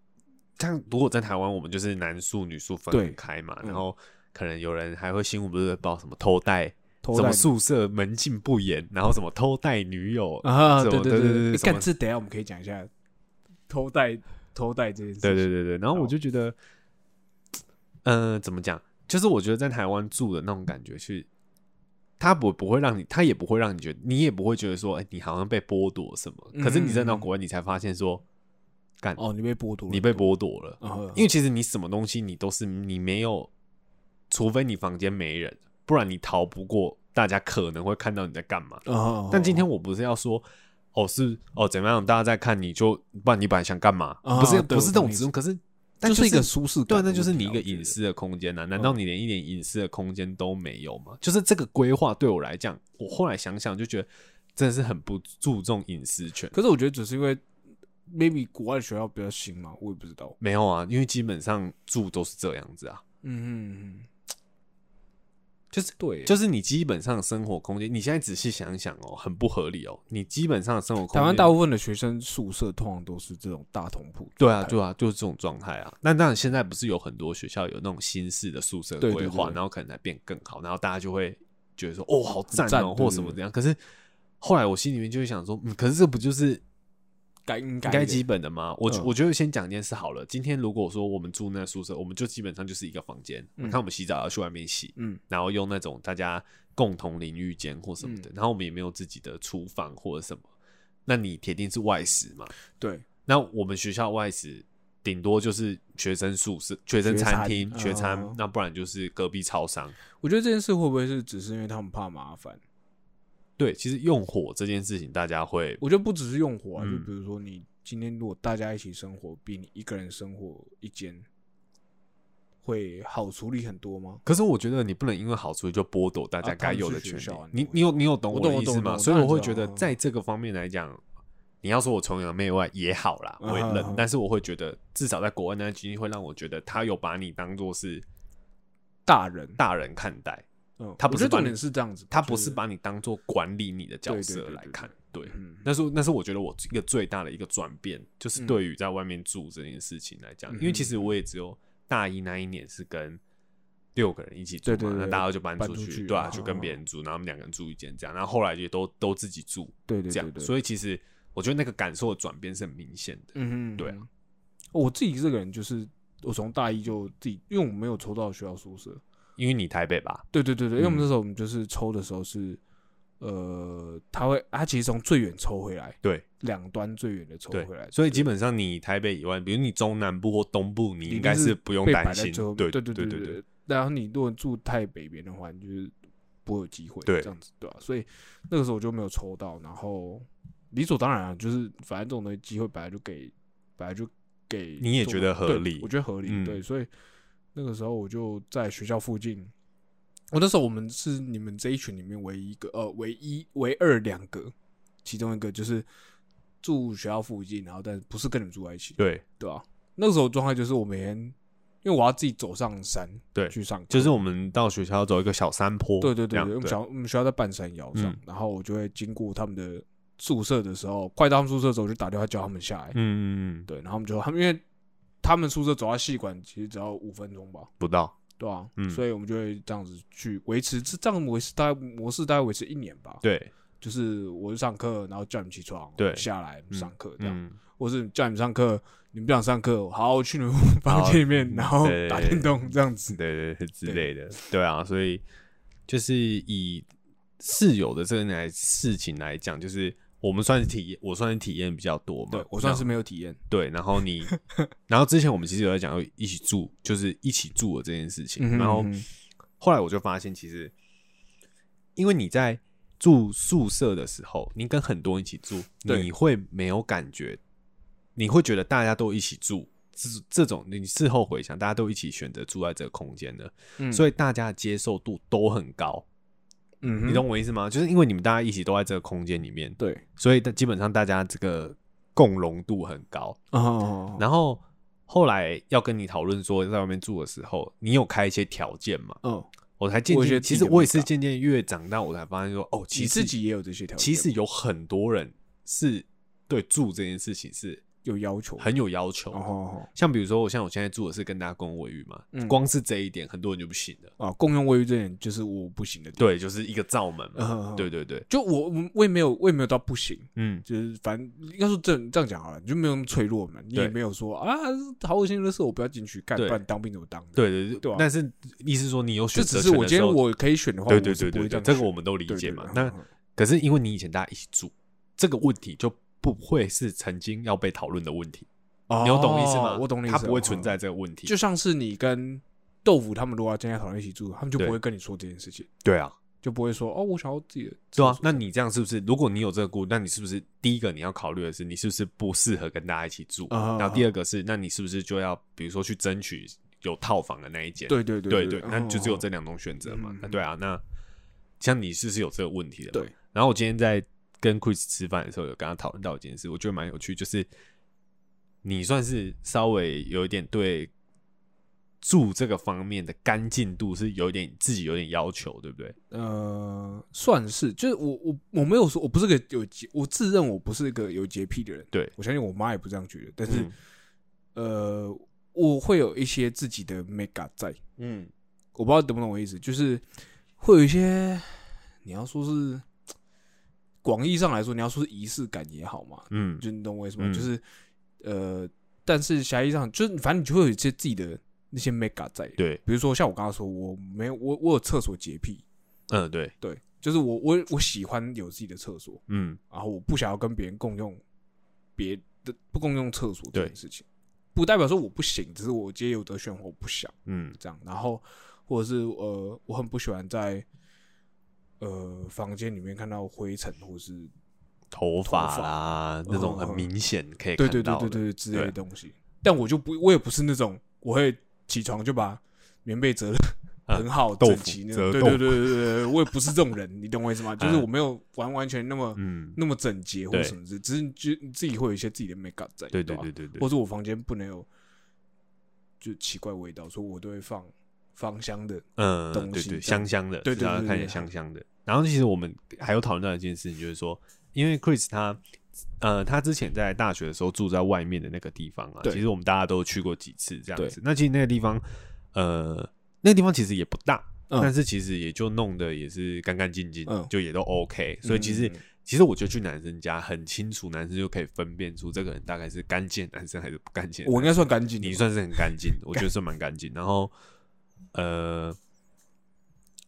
像如果在台湾，我们就是男宿女宿分对很开嘛，嗯然后可能有人还会新闻不是报什么偷带。偷什带么宿舍门禁不严，然后什么偷带女友啊，什对么对对对，对，诶什么干这等一下我们可以讲一下偷带偷带这件事情，对对对对，然后我就觉得，呃，怎么讲？就是我觉得在台湾住的那种感觉是，它不不会让你，它也不会让你觉得，你也不会觉得说，哎、你好像被剥夺什么。可是你真的到嗯嗯嗯国外，你才发现说，干，哦，你被剥夺了，你被剥夺了。嗯，因为为其实你什么东西你都是你没有，除非你房间没人，不然你逃不过大家可能会看到你在干嗯嘛。哦但今天我不是要说，哦是哦怎么样，大家在看你就，不然你本来想干嘛？啊不是对不是这我懂种意直思动，可是但就是是一个舒适对感啊，的问题啊，那就是你一个我觉得嗯隐私的空间呐、啊难道你连一点隐私的空间都没有吗？就是这个规划对我来讲，我后来想想就觉得真的是很不注重隐私权。可是我觉得只是因为 maybe 国外的学校比较新嘛，我也不知道。没有啊，因为基本上住都是这样子啊，嗯嗯嗯，就是对，就是你基本上的生活空间，你现在仔细想一想哦，很不合理哦。你基本上的生活空间，台湾大部分的学生宿舍通常都是这种大同铺。对啊，对啊，就是这种状态啊。那当然，现在不是有很多学校有那种新式的宿舍对规对划，对然后可能才变更好，然后大家就会觉得说，哦，好赞赞哦，对或对什么对怎样。可是后来我心里面就会想说，嗯，可是这不就是应该应该该的基本的吗？我、嗯我觉得先讲一件事好了。今天如果说我们住那个宿舍，我们就基本上就是一个房间。嗯你看我们洗澡要去外面洗，嗯然后用那种大家共同淋浴间或什么嗯的，然后我们也没有自己的厨房或者什么，那你铁定是外食嘛？对那我们学校外食顶多就是学生宿舍、学生餐厅、学餐学餐，哦那不然就是隔壁超商。我觉得这件事会不会是只是因为他们怕麻烦？对，其实用火这件事情，大家会我觉得不只是用火啊，嗯就比如说你今天如果大家一起生活，比你一个人生活一间会好处理很多吗？可是我觉得你不能因为好处就剥夺大啊家他该们有是的学权利。校啊你你你懂有你有懂我我懂的我意思懂我吗？懂所以我我当会然知觉道得啊在这个方面来讲，你要说我崇洋媚外也好啦，我也啊认。但是我会觉得至少在国外那经历会让我觉得他有把你当做是大人，大人看待，嗯，他不我是觉得把重你点是这样子，他不是就把你当做管理你的角对对色对来对看。对，嗯那是那是我觉得我一个最大的一个转变，就是嗯对于在外面住这件事情来讲，嗯因为其实我也只有大一那一年是跟六个人一起住嘛，对对对那大家就搬搬出出去对啊，啊就跟别人住，然后我们两个人住一间这样，然后后来也都都自己住对对这样对，对，所以其实我觉得那个感受的转变是很明显的。嗯哼，对啊。我自己这个人就是，我从大一就自己，因为我没有抽到学校宿舍。因为你台北吧，对对对对，因为我们嗯那时候我们就是抽的时候是，呃，他会他其实从最远抽回来，对两端最远的抽对回来，，所以基本本上你台北以外，比如你中南部或东部，你应该是不用被摆担在心最后。面。对对对对对对。然后你如果住太北边的话，你就是不会有机会，对这样子对啊吧、所以那个时候我就没有抽到，然后理所当然啊，就是反正这种东西机会本来就给，本来就给你也做觉得合对理我觉得合理，嗯对，所以那个时候我就在学校附近。我那时候我们是你们这一群里面唯一一个，呃，唯一唯二两个，其中一个就是住学校附近，然后但是不是跟你们住在一起，对，对吧、那时候状态就是我每天，因为我要自己走上山，对去上课，就是我们到学校走一个小山坡，对对这对，样对我们学校我们学校在半山腰上，嗯然后我就会经过他们的宿舍的时候，快到他们宿舍的时候，我就打电话叫他们下来，嗯嗯嗯，对，然后他们就他们因为他们宿舍走到戏馆其实只要五分钟吧，不到，对啊，嗯所以我们就会这样子去维持这这样维持大概模式大概维持一年吧，，对，就是我就上课，然后叫你们起床，对下来上课这样，嗯，或是叫你们上课，你们不想上课，好去你们房间里面，然嗯后对打电动这样子， 对对对之类的，对啊，所以就是以室友的这个来事情来讲，就是我们算是体验，我算是体验比较多嘛，对我算然是没有体验，对，然后 你，然后之前我们其实有在讲要一起住，就是一起住的这件事情，嗯哼然后嗯哼后来我就发现，其实因为你在住宿舍的时候，你跟很多人一起住，对你会没有感觉，你会觉得大家都一起住，这这种你事后回想，大家都一起选择住在这个空间的，嗯所以大家的接受度都很高，嗯哼，你懂我意思吗？就是因为你们大家一起都在这个空间里面，对，所以基本上大家这个共融度很高。哦，然后后来要跟你讨论说，在外面住的时候，你有开一些条件嘛？嗯，我才渐我有渐，些其自己实的我也美是感渐渐越长大，我才发现说，哦，其你实自己也有这些条件，其实有很多人是对住这件事情是有要求，很有要求的。哦哦像比如说，我像我现在住的是跟大家公共卫浴嘛，嗯光是这一点，很多人就不行了。哦，啊共用卫浴这点就是我不行的地方，对，就是一个罩门嘛。嗯嗯嗯对对对，就我我我也没有我也没有到不行，嗯，就是反正要是这这样讲好了，你就没有那么脆弱嘛，你也对没有说啊好恶心的事我不要进去干，不对然当兵怎么当的？，对对对。对啊但是意思是说，你有选这择只权的是时候，我今天我可以选的话，对对我是对不会对这对，样这个选我们都理对解对嘛对。那嗯可是因为你以前大家一起住，这个问题就不会是曾经要被讨论的问题。嗯你有懂意思吗？哦我懂你意思，它不会存在嗯，这个问题。就像是你跟豆腐他们如果要今天讨论一起住，他们就对不会跟你说这件事情，对啊，就不会说哦我想要自己的厕对所，啊。那你这样是不是？如果你有这个顾虑，那你是不是第一个你要考虑的是，你是不是不适合跟大家一起住？啊然后第二个是，那你是不是就要比如说去争取有套房的那一间？对对对对对，那就只有这里两种选择嘛嗯。那对啊，那像你是不是有这个问题的？对。然后我今天在跟 Chris 吃饭的时候，有跟他讨论到一件事，我觉得蛮有趣，就是你算是稍微有一点对住这个方面的干净度是有一点自己有点要求，对不对？呃，算是，就是我我我没有说我不是个有洁，我自认我不是一个有洁癖的人。对我相信我妈也不这样觉得，但嗯是、呃，我会有一些自己的 mega 在，嗯，我不知道懂不懂我意思，就是会有一些你要说是广义上来说，你要说是仪式感也好嘛，嗯就你懂我意思吗？嗯就是呃，但是狭义上，就是反正你就会有一些自己的那些 mega 在，对，比如说像我刚刚说，我没有我我有厕所洁癖。嗯，对，对，就是我我我喜欢有自己的厕所，嗯，然啊后我不想要跟别人共用别的不共用厕所这对件事情，不代表说我不行，只是我今天有得选我不想嗯，这样，然后或者是呃我很不喜欢在呃房间里面看到灰尘或是头发头啦，那种很嗯明显可以对看对对到对的，对对之类对的东西，但我就不我也不是那种我会起床就把棉被折的。 啊很好，豆整腐齐那折种。对豆对腐对对对对，我也不是这种人，你懂我意思 吗？就是嗯我没有完完全那么嗯，那么整洁或对者什么之，只是就你自己会有一些自己的 make up 在，对对对吧对对对，或者我房间不能有就奇怪味道，所以我都会放芳香的，嗯，东对西对，这样香香的，对对让它对看起对来对香香的。然后其实我们还有讨论到一件事情，就是说，因为 Chris 他，呃，他之前在大学的时候住在外面的那个地方啊，对其实我们大家都去过几次这样对子。那其实那个地方，呃，那个地方其实也不大，嗯但是其实也就弄得也是干干净净，嗯就也都 OK。所以其实、嗯嗯嗯其实我觉得去男生家很清楚，男生就可以分辨出这个人大概是干净的男生还是不干净的男生。我应该算干净的吧，你算是很干净，我觉得算蛮干净。然后，呃，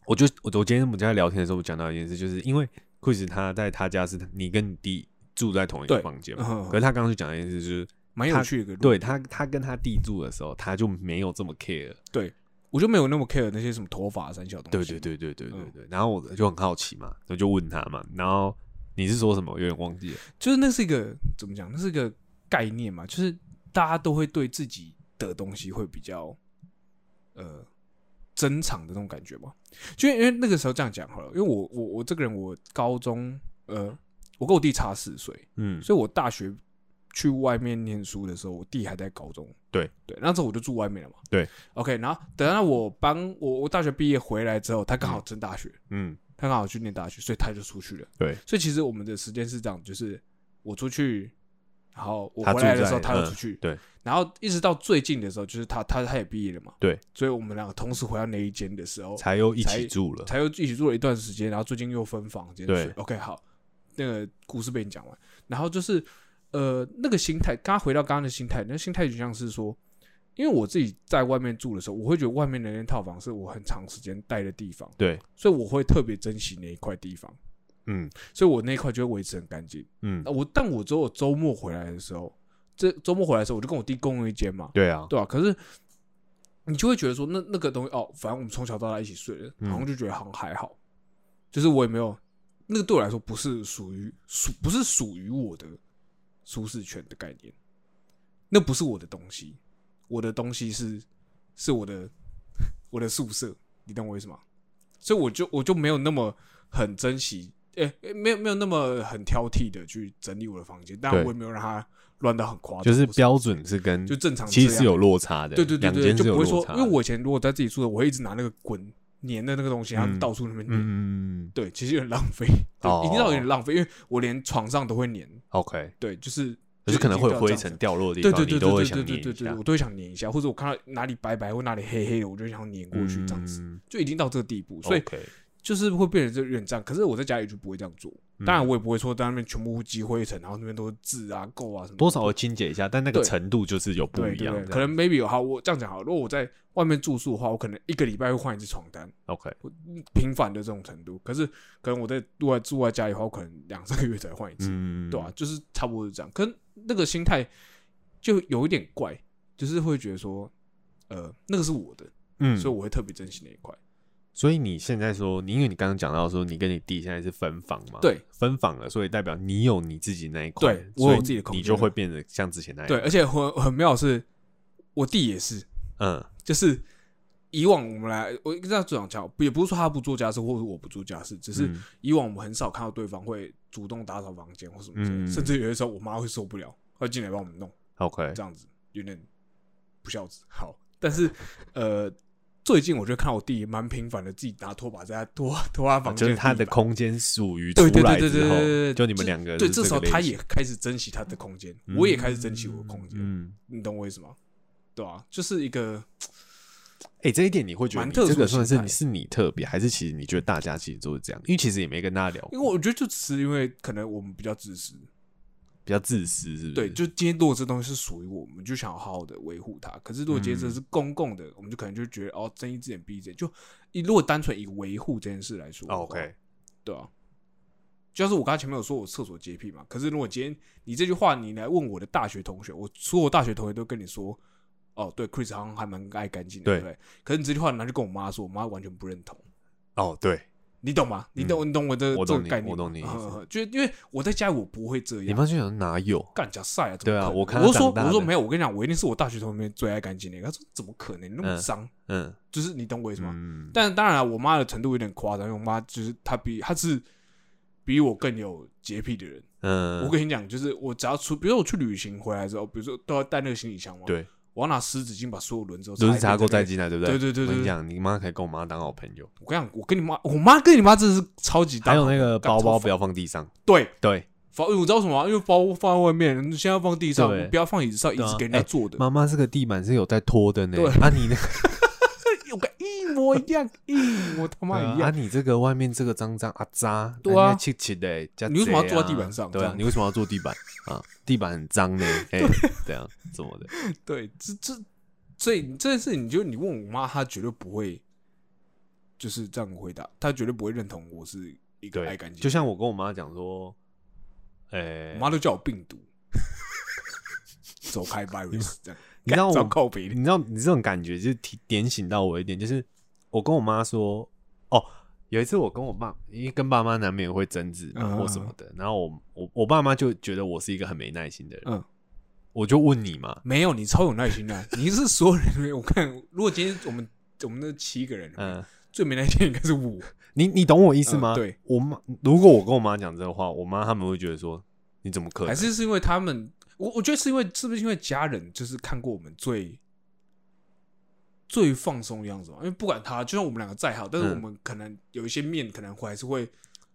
我就我我今天我们在聊天的时候，我讲到一件事，就是因为 Chris 他在他家是你跟你弟住在同一个对房间嗯嘛嗯，嗯可是他刚刚就讲一件事，就是蛮有趣的一个路。对他他跟他弟住的时候，他就没有这么 care。对，我就没有那么 care 那些什么头发三小东对西。对对对对对嗯对。然后我就很好奇嘛，我就问他嘛，然后你是说什么？我有点忘记了。就是那是一个怎么讲？那是一个概念嘛，就是大家都会对自己的东西会比较呃珍藏的那种感觉嘛。就因为那个时候这样讲好了，因为我我我这个人，我高中呃，我跟我弟差四岁，嗯，所以我大学去外面念书的时候，我弟还在高中。对对，那时候我就住外面了嘛。对，OK，然后等到我帮我我大学毕业回来之后，他刚好升大学，嗯，他刚好去念大学，所以他就出去了。对，所以其实我们的时间是这样，就是我出去，然后我他回来住的时候在他又嗯出去，对，然后一直到最近的时候，就是他他他也毕业了嘛，对，所以我们两个同时回到那一间的时候，才又一才起住了，才又一起住了一段时间，然后最近又分房间对睡。OK，好，那个故事被你讲完，然后就是呃，那个心态，刚刚回到刚刚的心态，那心态就像是说，因为我自己在外面住的时候，我会觉得外面的那间套房是我很长时间待的地方，对，所以我会特别珍惜那一块地方，嗯所以我那一块就会维持很干净。嗯，那我但我只有周末回来的时候，这周末回来的时候，我就跟我弟共用一间嘛，对啊，对啊，可是你就会觉得说，那那个东西哦，反正我们从小到大一起睡的，嗯好像就觉得好像还好，就是我也没有那个对我来说不是属于属不是属于我的舒适圈的概念，那不是我的东西，我的东西是是我的 我的宿舍，你懂我意思吗？所以我就我就没有那么很珍惜。诶、诶没有没有那么很挑剔的去整理我的房间，但对我也没有让它乱到很夸张，就是啊不标准是跟就正常这其样，实是有落差的，对对对两对，间就是有不会落说，差因的，为我以前如果在自己住的，我会一直拿那个滚粘的那个东西，然后嗯到处那边嗯嗯粘。嗯嗯对，其实有点浪费，哦对，已经到有点浪费，因为我连床上都会粘。 ，OK，对，就是可是可能会有灰尘，掉落的地方，对对你对都会对想对对念对一对，下我，都会想粘一下，或者我看到哪里白白或哪里黑黑的，我就想粘过去，这样子嗯，就已经到这个地步，所以 OK，就是会变成这有点这样。可是我在家里就不会这样做，当然我也不会说在那边全部积灰尘，然后那边都是字啊、垢啊什么的，多少会清洁一下，但那个对程度就是有不对一对样对，这样，可能 maybe 有好，我这样讲好了，如果我在外面住宿的话，我可能一个礼拜会换一次床单， OK，频繁的这种程度。可是可能我在住在住在家里的话，我可能两三个月才换一次，嗯，对啊，就是差不多是这样。可是那个心态就有一点怪，就是会觉得说，呃，那个是我的，嗯，所以我会特别珍惜那一块。所以你现在说，你因为你刚刚讲到说，你跟你弟现在是分房嘛？对，分房了，所以代表你有你自己那一块，对所以我有自己的空间你就会变得像之前那样。对，而，且很很妙的是，我弟也是，嗯，就是。以往我们来，我这样讲讲，也不是说他不做家事，或者我不做家事，只是嗯以往我们很少看到对方会主动打扫房间或什么之类的，嗯甚至有的时候我妈会受不了，会进来帮我们弄， OK，这样子有点不孝子。 好，但是呃，最近我就看到我弟蛮频繁的自己拿拖把在他拖 拖他房啊就间是地板、他的空间属于出对对来对对之对后对对，对就你们两个对，是这时候个类他型也开始珍惜他的空间，我也开始珍惜我的空间，嗯，你懂我意思吗？对啊，就是一个哎，这一点你会觉得蛮你特殊这的个算是心态你是你特别，还是其实你觉得大家其实都是这样？因为其实也没跟大家聊过，因为我觉得就只是因为可能我们比较自私，比较自私，是不是？对，就今天如果这东西是属于我们，就想要好好的维护它。可是如果今嗯天这是公共的，我们就可能就觉得哦，睁一只眼闭一只眼。就以如果单纯以维护这件事来说的话哦 OK，对啊，就像是我刚才前面有说我厕所洁癖嘛，可是如果今天你这句话你来问我的大学同学，我所有大学同学都跟你说，哦，对，Chris 好像还蛮爱干净的，对对不对？可是你这句话拿去跟我妈说，我妈完全不认同。哦，对，你懂吗？你懂、你懂我嗯的我这懂个你概念吗，我懂你意思呵呵呵 就因为我在家里我不会这样，你妈就想哪有？干假晒啊！怎么对啊可能我看他我说长大我说的没有，我跟你讲，我一定是我大学同学里面最爱干净的一个。他说怎么可能你那么嗯脏？嗯，就是你懂我意思吗？嗯，但当然啊，我妈的程度有点夸张，因为我妈就是她比她是比我更有洁癖的人。嗯，我跟你讲，就是我只要出，比如说我去旅行回来之后，比如说都要带那个行李箱嘛，对，我要拿湿纸巾把所有轮子都轮子一遍插在过那再个进来，对不对对对对我跟对你对讲，你妈可以跟我妈当好朋友。我跟你讲，我跟你妈，我妈跟你妈真的是超级还搭档，有那个干包包超不要放地上，对。对，放，因为我知道为什么吗？因为包放在外面，你现在放地上对，不要放椅子上，椅对啊子给人家哎坐的。妈妈这个地板是有在拖的呢对，啊你那有个一模一样，一模他妈一个啊样。你这个外面这个脏脏啊渣，对啊气气的，加你为什么要贼啊坐在地板上对这啊，样你为什么要坐地板啊？ 地板很脏 呢，哎，这样怎么的？对，这这，所以这件事，你就你问我妈，她绝对不会就是这样回答，她绝对不会认同我是一个爱对干，净。就像我跟我妈讲说，哎我，妈都叫我病毒，走开 virus 这样。你知道干我找靠北的你知道你这种感觉就是提点醒到我一点，就是我跟我妈说，哦，有一次我跟我爸，因为跟爸妈难免会争执嘛嗯或什么的，然后我我我爸妈就觉得我是一个很没耐心的人，嗯我就问你嘛，没有，你超有耐心的、你是所有人里面，我看如果今天我们我们那七个人，嗯，最没耐心应该是我。你你懂我意思吗？嗯对，我妈如果我跟我妈讲这个话，我妈他们会觉得说你怎么可能？还是是因为他们，我我觉得是因为是不是因为家人就是看过我们最最放松的样子嘛？因为不管他，就算我们两个再好，但是嗯我们可能有一些面，可能会还是会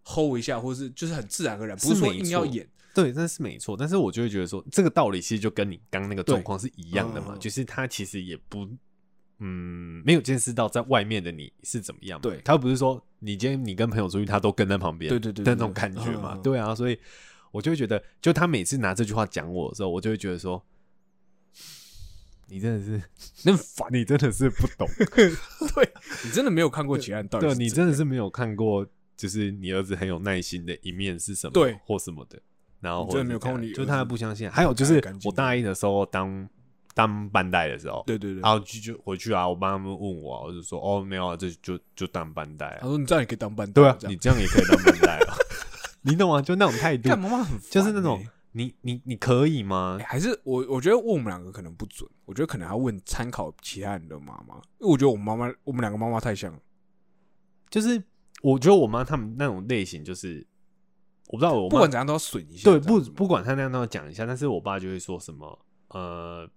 hold 一下，或是就是很自然而然，是不是说没硬要错演。对，那是没错，但是我就会觉得说，这个道理其实就跟你刚那个状况是一样的嘛，嗯就是他其实也不，嗯，没有见识到在外面的你是怎么样嘛，对他不是说你今天你跟朋友出去，他都跟在旁边，对对的对对那种对感觉嘛，嗯嗯嗯对啊，所以我就会觉得，就他每次拿这句话讲我的时候，我就会觉得说，你真的是， 那烦，你真的是不懂，对你真的没有看过其他人到底对是你怎真的是没有看过，就是你儿子很有耐心的一面是什么，对或什么的。然后你真的没有或者是看过你这样就儿是他子不相信。还有就是干净我大一的时候当当班带的时候，对对对然。后就就回去啊，我妈他们问我啊，我就说哦没有啊，这就就当班带他啊，说：“你这样也可以当班对对啊，哦这你样这样也可以当班带 啊，你懂吗？就那种态度干，妈妈很烦就是那种欸你你你可以吗欸？还是我我觉得问我们两个可能不准，我觉得可能要问参考其他人的妈妈，因为我觉得我们妈妈我们两个妈妈太像了，就是我觉得我妈他们那种类型，就是我不知道我不妈管怎样都要损一下。对，这样不子嘛不管他那样都要讲一下，但是我爸就会说什么，呃，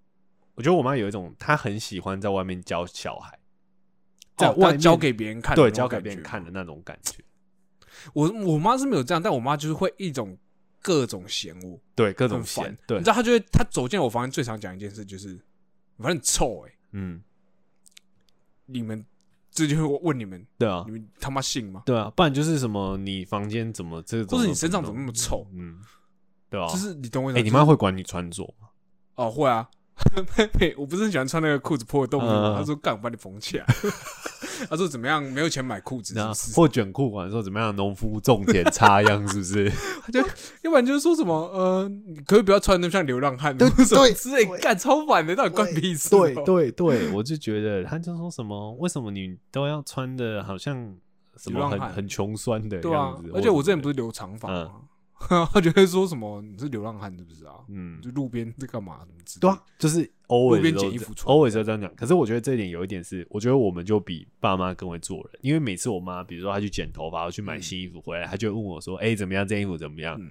我觉得我妈有一种，她很喜欢在外面教小孩，在哦她外面教给别人看的那对种教给感别人觉看嘛的那种感觉，我我妈是没有这样，但我妈就是会一种各种嫌我，对各种很烦嫌，。对你知，道，她就会她走进我房间最常讲一件事就是，反正很臭哎、欸嗯，你们这就会问你们，对啊你，们他妈信吗？对啊，不然就是什么你房间怎么这种，或者你身上怎么那么臭？嗯，对啊，就是你懂我意哎、思吗？你就是妈会管你穿着吗？哦，会啊， 嘿我不是很喜欢穿那个裤子破洞的嗯吗？他说干，我把你缝起来。 他说怎么样？没有钱买裤子是那不是？或卷裤管说怎么样，农夫种田插秧是不是？啊要不然就是说什么呃，你可不可以不要穿的像流浪汉，对或者什么对之类，干超反的，到底关屁事哦？ 对对对，我就觉得他就说什么，为什么你都要穿的好像什么流浪很汉很穷酸的对啊样子？！而且我之前不是，是留长发吗？ 他就会说什么你是流浪汉是不是啊？嗯，就路边在干嘛什么之类对啊，就是路 always 边都捡衣这服穿 always 都这样讲。可是我觉得这一点有一点是，我觉得我们就比爸妈更会做人，因为每次我妈，比如说她去剪头发，我去买嗯新衣服回来，她就会问我说：“哎、怎么样？这件衣服怎么样嗯？”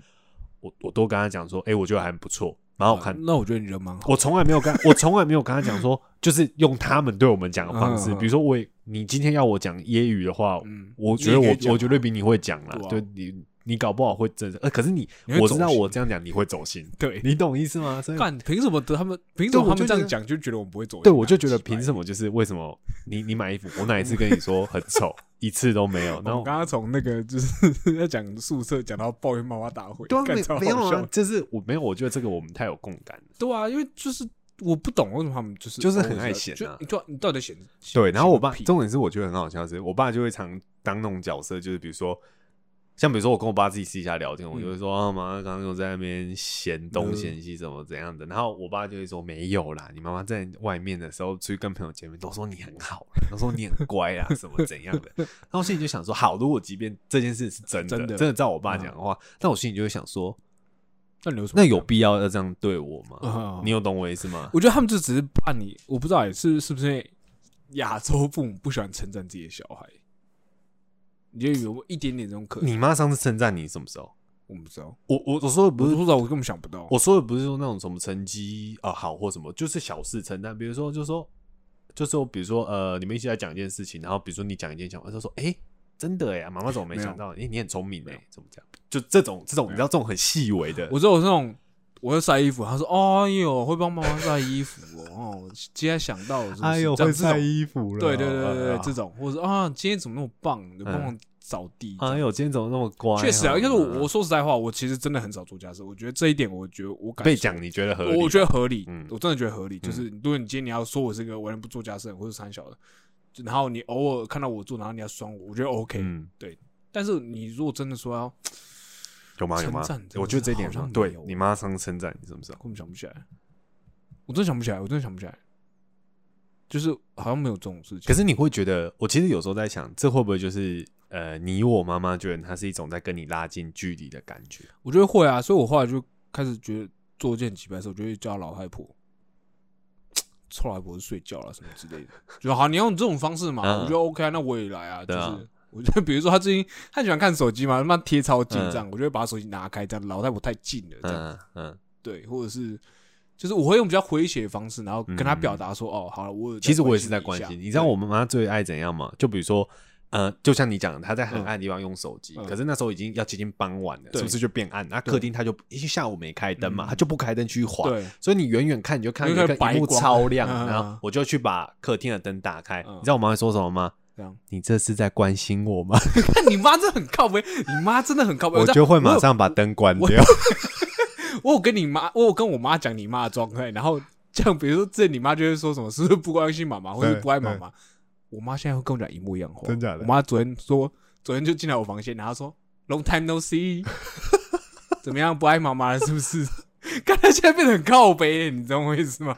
我我都跟她讲说：“哎、我觉得还不错，蛮好看的啊。”那我觉得你人蛮好，我从来没有跟他我从来没有跟他讲说， 就是用他们对我们讲的方式，嗯嗯比如说我也你今天要我讲揶揄的话，嗯我觉得你也我可以讲啊我绝对比你会讲啦，对啊就你你搞不好会真的，呃，可是你你会我知道走心我这样讲你会走心，对，你懂意思吗？所以 干凭什么他们凭什么对我他就们这觉得样讲就觉得我们不会走进来？对我就觉得奇怪凭什么就是为什么你你买衣服，我哪一次跟你说很丑， 一次都没有，然我后刚刚从那个就是 要讲宿舍讲到抱怨妈妈大会，对啊干超没好没有笑啊的，就是我没有，我觉得这个我们太有共感了。对啊，因为就是我不懂为什么他们就是就是很 always 爱要显就啊你就你到底显对，然后我爸显个屁重点是我觉得很好笑的是，我爸就会常当那种角色，就是比如说，像比如说我跟我爸自己私下聊天，我就会说啊妈，刚刚又在那边嫌东嗯嫌西怎么怎样的，然后我爸就会说没有啦，你妈妈在外面的时候出去跟朋友见面都说你很好啦，都说你很乖啦，什么怎样 的，然后我心里就想说，好，如果即便这件事是真的，嗯真的照我爸讲的话，但我心里就会想说，那你有什么那有必要要这样对我吗？啊你有懂我意思吗？ 我觉得他们就只是怕你，我不知道也是是不是因为亚洲父母不喜欢称赞自己的小孩，你就有一点点这种可能，你妈上次称赞你什么时候？我不知道，我我我说的不我是不知道，我根本想不到。我说的不是说那种什么成绩啊、好或什么，就是小事承担。比如说，就说，就说，比如说，呃，你们一起来讲一件事情，然后比如说你讲一件想法，他说，哎、真的哎、妈妈怎么没没有想到？哎、你很聪明哎、没有怎么讲？就这种这种，没有你知道这种很细微的，我只有那种我要晒衣服，他说：“哎呦，会帮妈妈晒衣服哦。”哦，今天想到了是不是，哎这样这种衣服了对对对对对，啊嗯这种，或者说啊，今天怎么那么棒，能帮忙扫地？哎呦，今天怎么那么乖、啊确实啊，哦因为我我说实在话，我其实真的很少做家事，我觉得这一点，我觉得我感被受讲，你觉得合理吗？我我觉得合理嗯，我真的觉得合理。就是如果你今天你要说我是一个完全不做家事的人或者三小的，就然后你偶尔看到我做，然后你要酸我，我觉得 OK。嗯，但是你如果真的说要，有吗有吗称赞真的？是我觉得这一点好像很没对有你妈上次称赞你什么时候？根本想不起来，我真的想不起来，我真的想不起来，就是好像没有这种事情。可是你会觉得，我其实有时候在想，这会不会就是呃，你我妈妈觉得它是一种在跟你拉近距离的感觉？我觉得会啊，所以我后来就开始觉得作践几百次，我就会叫她老太婆，臭老太婆睡觉了什么之类的，就好，你用这种方式嘛，嗯我觉得 OK，啊那我也来啊，就对是。啊我就比如说，她最近她喜欢看手机嘛，他妈贴超近这样，我就会把她手机拿开，这样老太婆太近了，这样、嗯嗯，对，或者是就是我会用比较诙谐的方式，然后跟她嗯表达说，哦，好了，我有其实我也你是在一关下心你，你知道对我妈妈最爱怎样吗？就比如说，呃，就像你讲的，她在很暗的地方用手机，嗯可是那时候已经要接近傍晚了，对是不是就变暗？那对客厅她就因为下午没开灯嘛，嗯她就不开灯去滑，对，所以你远远看你就看因到为一它个白荧幕光超亮，嗯嗯嗯然后我就去把客厅的灯打开。嗯你知道我妈会说什么吗？这样。你这是在关心我吗？看你妈真的很靠背，你妈真的很靠背。我知道就会马上把灯关掉。我有，我有跟你妈，我有跟我妈讲你妈的状态，然后这样，比如说这你妈就会说什么，是不是不关心妈妈，或者是不爱妈妈？我妈现在会跟我讲一模一样的话，真假的我妈昨天说，昨天就进来我房间，然后说 “Long time no see”，怎么样，不爱妈妈了是不是？ 看她现在变得很靠背，你懂我意思吗？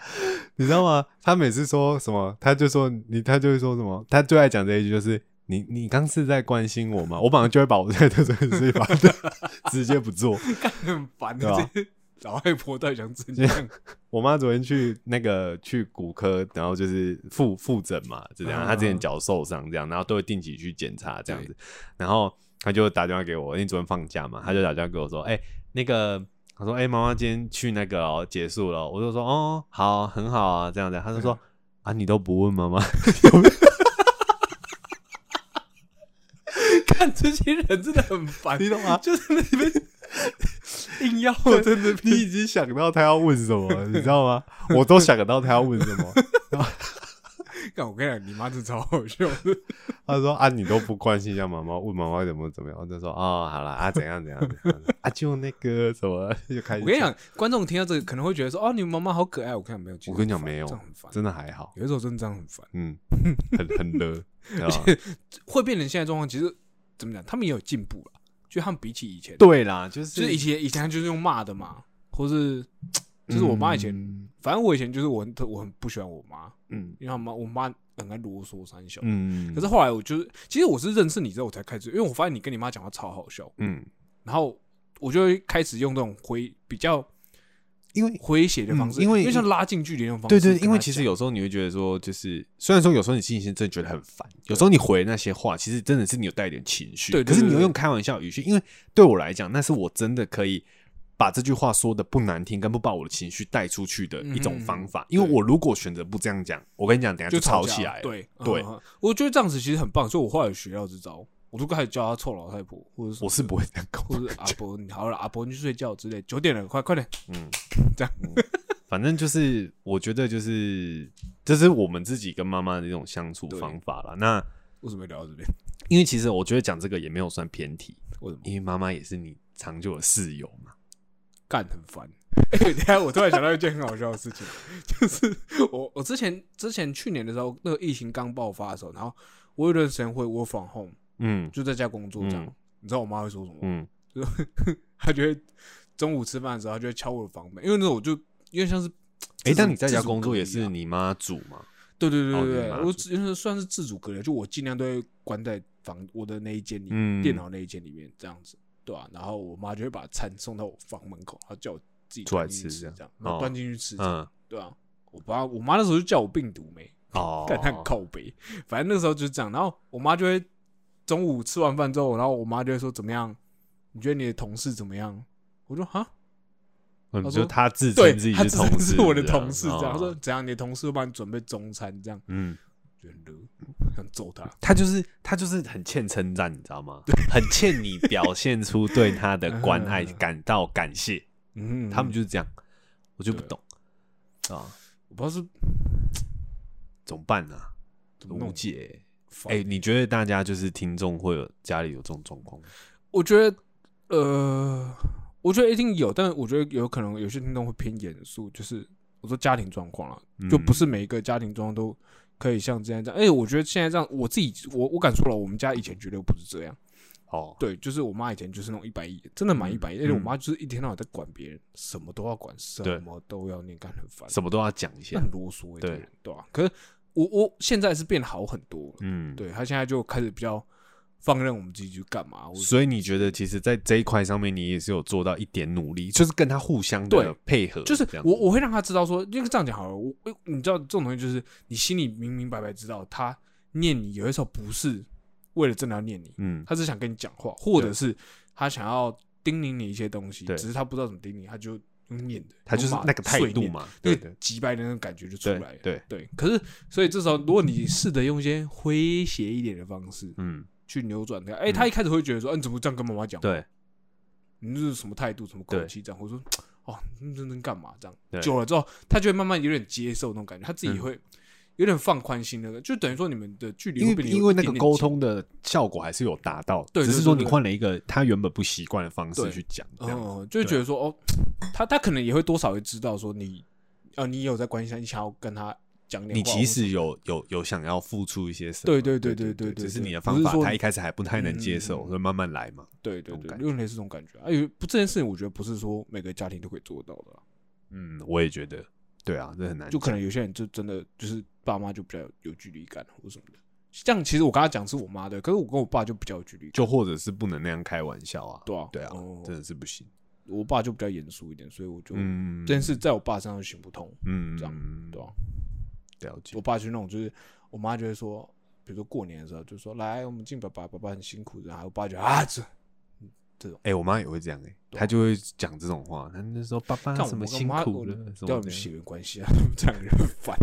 你知道吗？他每次说什么，他就说你，他就会说什么，他最爱讲这一句就是你，你刚是在关心我吗？我马上就会把我在 做这件事情把它直接不做。很烦对啊的，这些老外婆到底想怎样？ 我妈昨天去那个去骨科，然后就是复复诊嘛，就这样。嗯她之前嗯脚受伤这样，然后都会定期去检查这样子。然后她就打电话给我，因为昨天放假嘛，她就打电话给我说：“哎、那个。”她说：“哎、妈妈今天去那个、哦、结束了哦。”我就说：“哦，好，很好啊，这样子。”她就说：“啊，你都不问妈妈？”看这些人真的很烦，你懂吗就是那 边硬要我真 的，你已经想到他要问什么了，你知道 吗？我都想得到他要问什么。 干我跟你讲，你妈真的超好笑的。他说啊，你都不关心一下妈妈，问妈妈怎么怎么样，我就说哦，好了啊，怎样怎样怎样啊，就那个什么，就开始。我跟你，讲，观众听到这个可能会觉得说：“哦，你妈妈好可爱。”我看没有，其实我跟你讲很烦没有这样很烦。真的还好，有的时候真的这样很烦，嗯，很很热，对吧会变成现在状况。其实怎么讲，他们也有进步了，就他们比起以前， 对啦，就是就是以前以前他就是用骂的嘛，或是就是我妈以前，嗯反正我以前就是我很特我很不喜欢我妈，嗯因为她妈我妈很爱啰嗦三小。嗯，可是后来我就是，其实我是认识你之后我才开始，因为我发现你跟你妈讲话超好笑，嗯，然后我就会开始用这种回比较因为诙谐的方式，嗯因为因为像拉近距离那种方对式。对，跟因为他其实讲有时候你会觉得说，就是虽然说有时候你心里是真的觉得很烦，有时候你回那些话，其实真的是你有带一点情绪，对对可是你又对用开玩笑语气，因为对我来讲，那是我真的可以把这句话说的不难听，跟不把我的情绪带出去的一种嗯方法。因为对我如果选择不这样讲，我跟你讲，等下就吵架起了来。，对对嗯我觉得这样子其实很棒，所以我后来有学到这招，我就开始叫他臭老太婆，或者什么我是不会这样搞。或者阿伯，你好了，阿伯你去睡觉之类，九点了，快快点，嗯，这样嗯。反正就是，我觉得就是，这是我们自己跟妈妈的一种相处对方法啦。那为什么要聊到这边？因为其实我觉得讲这个也没有算偏题，为什么因为妈妈也是你长久的室友嘛。干很烦？哎、等一下我突然想到一件很好笑的事情，就是我我之前之前去年的时候，那个疫情刚爆发的时候，然后我有一段时间会 work from home，嗯就在家工作这样。嗯你知道我妈会说什么吗？嗯他就会中午吃饭的时候，他就会敲我的房门，因为那时候我就因为像是，哎、自主但你在家工作也自主是隔离啊你妈煮嘛？对对对对哦你对，妈我只因为算是自主隔离，就我尽量都会关在房我的那一间里，嗯电脑那一间里面这样子，对吧、然后我妈就会把餐送到我房门口，然后叫我自己出来端进去吃吃这样样，然后哦端进去吃，嗯，对啊，我爸我妈那时候就叫我病毒妹，哦，干他很靠背，反正那时候就是这样。然后我妈就会中午吃完饭之后，然后我妈就会说怎么样？你觉得你的同事怎么样？我说哈，嗯，他就说他自对，称自己他是自称同事，是我的同事，这样、他哦说怎样？你的同事会帮你准备中餐，这样嗯，就很热，想揍他。他就是他就是很欠称赞，你知道吗？ 很欠你表现出对他的关爱，嗯感到感谢。嗯，他们就是这样，我就不对懂啊，我不知道是怎么办呢、啊？怎么无弄。解。烦哎、你觉得大家就是听众会有家里有这种状况吗？我觉得呃，我觉得一定有，但我觉得有可能有些听众会偏严肃，就是我说家庭状况了，就不嗯是每一个家庭状况都可以像这样这样。哎、我觉得现在这样，我自己我我敢说了，我们家以前绝对不是这样。哦，对，就是我妈以前就是那种一百一，真的蛮一百一，因为我妈就是一天到晚在管别人，什么都要管，什对么都要念，干很烦，什么都要讲一下那。很啰嗦、欸，对对对吧、可是我我现在是变好很多了，嗯，对她现在就开始比较放任我们自己去干嘛。或者所以你觉得，其实，在这一块上面，你也是有做到一点努力，就是跟他互相的对配合，就是这样子我我会让他知道说，因为这样讲好了，我我你知道这种东西就是你心里明明白白知道他念你，有的时候不是为了真的要念你，嗯，他只想跟你讲话，或者对是他想要叮咛你一些东西，对只是他不知道怎么叮咛，他就用念的，他就是用骂的那个态碎度念，嘛，那对个对急白的那种感觉就出对来了。对，对，可是所以这时候，如果你试着用一些诙谐一点的方式嗯，去扭转它，哎、他一开始会觉得说，嗯、你怎么这样跟妈妈讲？对，你这是什么态度、什么口对气这样，或者说哦，你认真干嘛这样？对嗯久了之后，他就会慢慢有点接受那种感觉，他自己会有点放宽心那个，就等于说你们的距离因会被为你因为有一那点个点沟近，通的效果还是有达到，对只对是对说你对换了一个他原本不习惯的方式对去讲，这样子嗯，就会觉得说哦，他他可能也会多少会知道说你呃，你有在关心他，你想要跟他讲点话，你其或者实有有有想要付出一些什么，对对对对对对对只是对你的不方是法说他你一开始还不太能接受，嗯所以慢慢来嘛。对对那种对，感有点类似这种感觉。哎，有不这件事情，我觉得不是说每个家庭都可以做到的啦，啊嗯，我也觉得，对啊，这很难讲，就可能有些人就真的就是爸妈就比较有距离感或什么的。这样其实我跟他讲是我妈的，可是我跟我爸就比较有距离感。就或者是不能那样开玩笑啊，对啊对啊哦，真的是不行。我爸就比较严肃一点，所以我就、嗯，这件事在我爸身上行不通，嗯，这样嗯对吧、啊了解我。爸就是那种，就是我妈就会说，比如说过年的时候，就说来我们敬爸爸，爸爸很辛苦的，然后我爸就啊这，哎、我妈也会这样哎、她就会讲这种话，她就说爸爸啊看我什么我辛妈苦我了，什么掉的你们。血缘关系啊， 这样人很烦，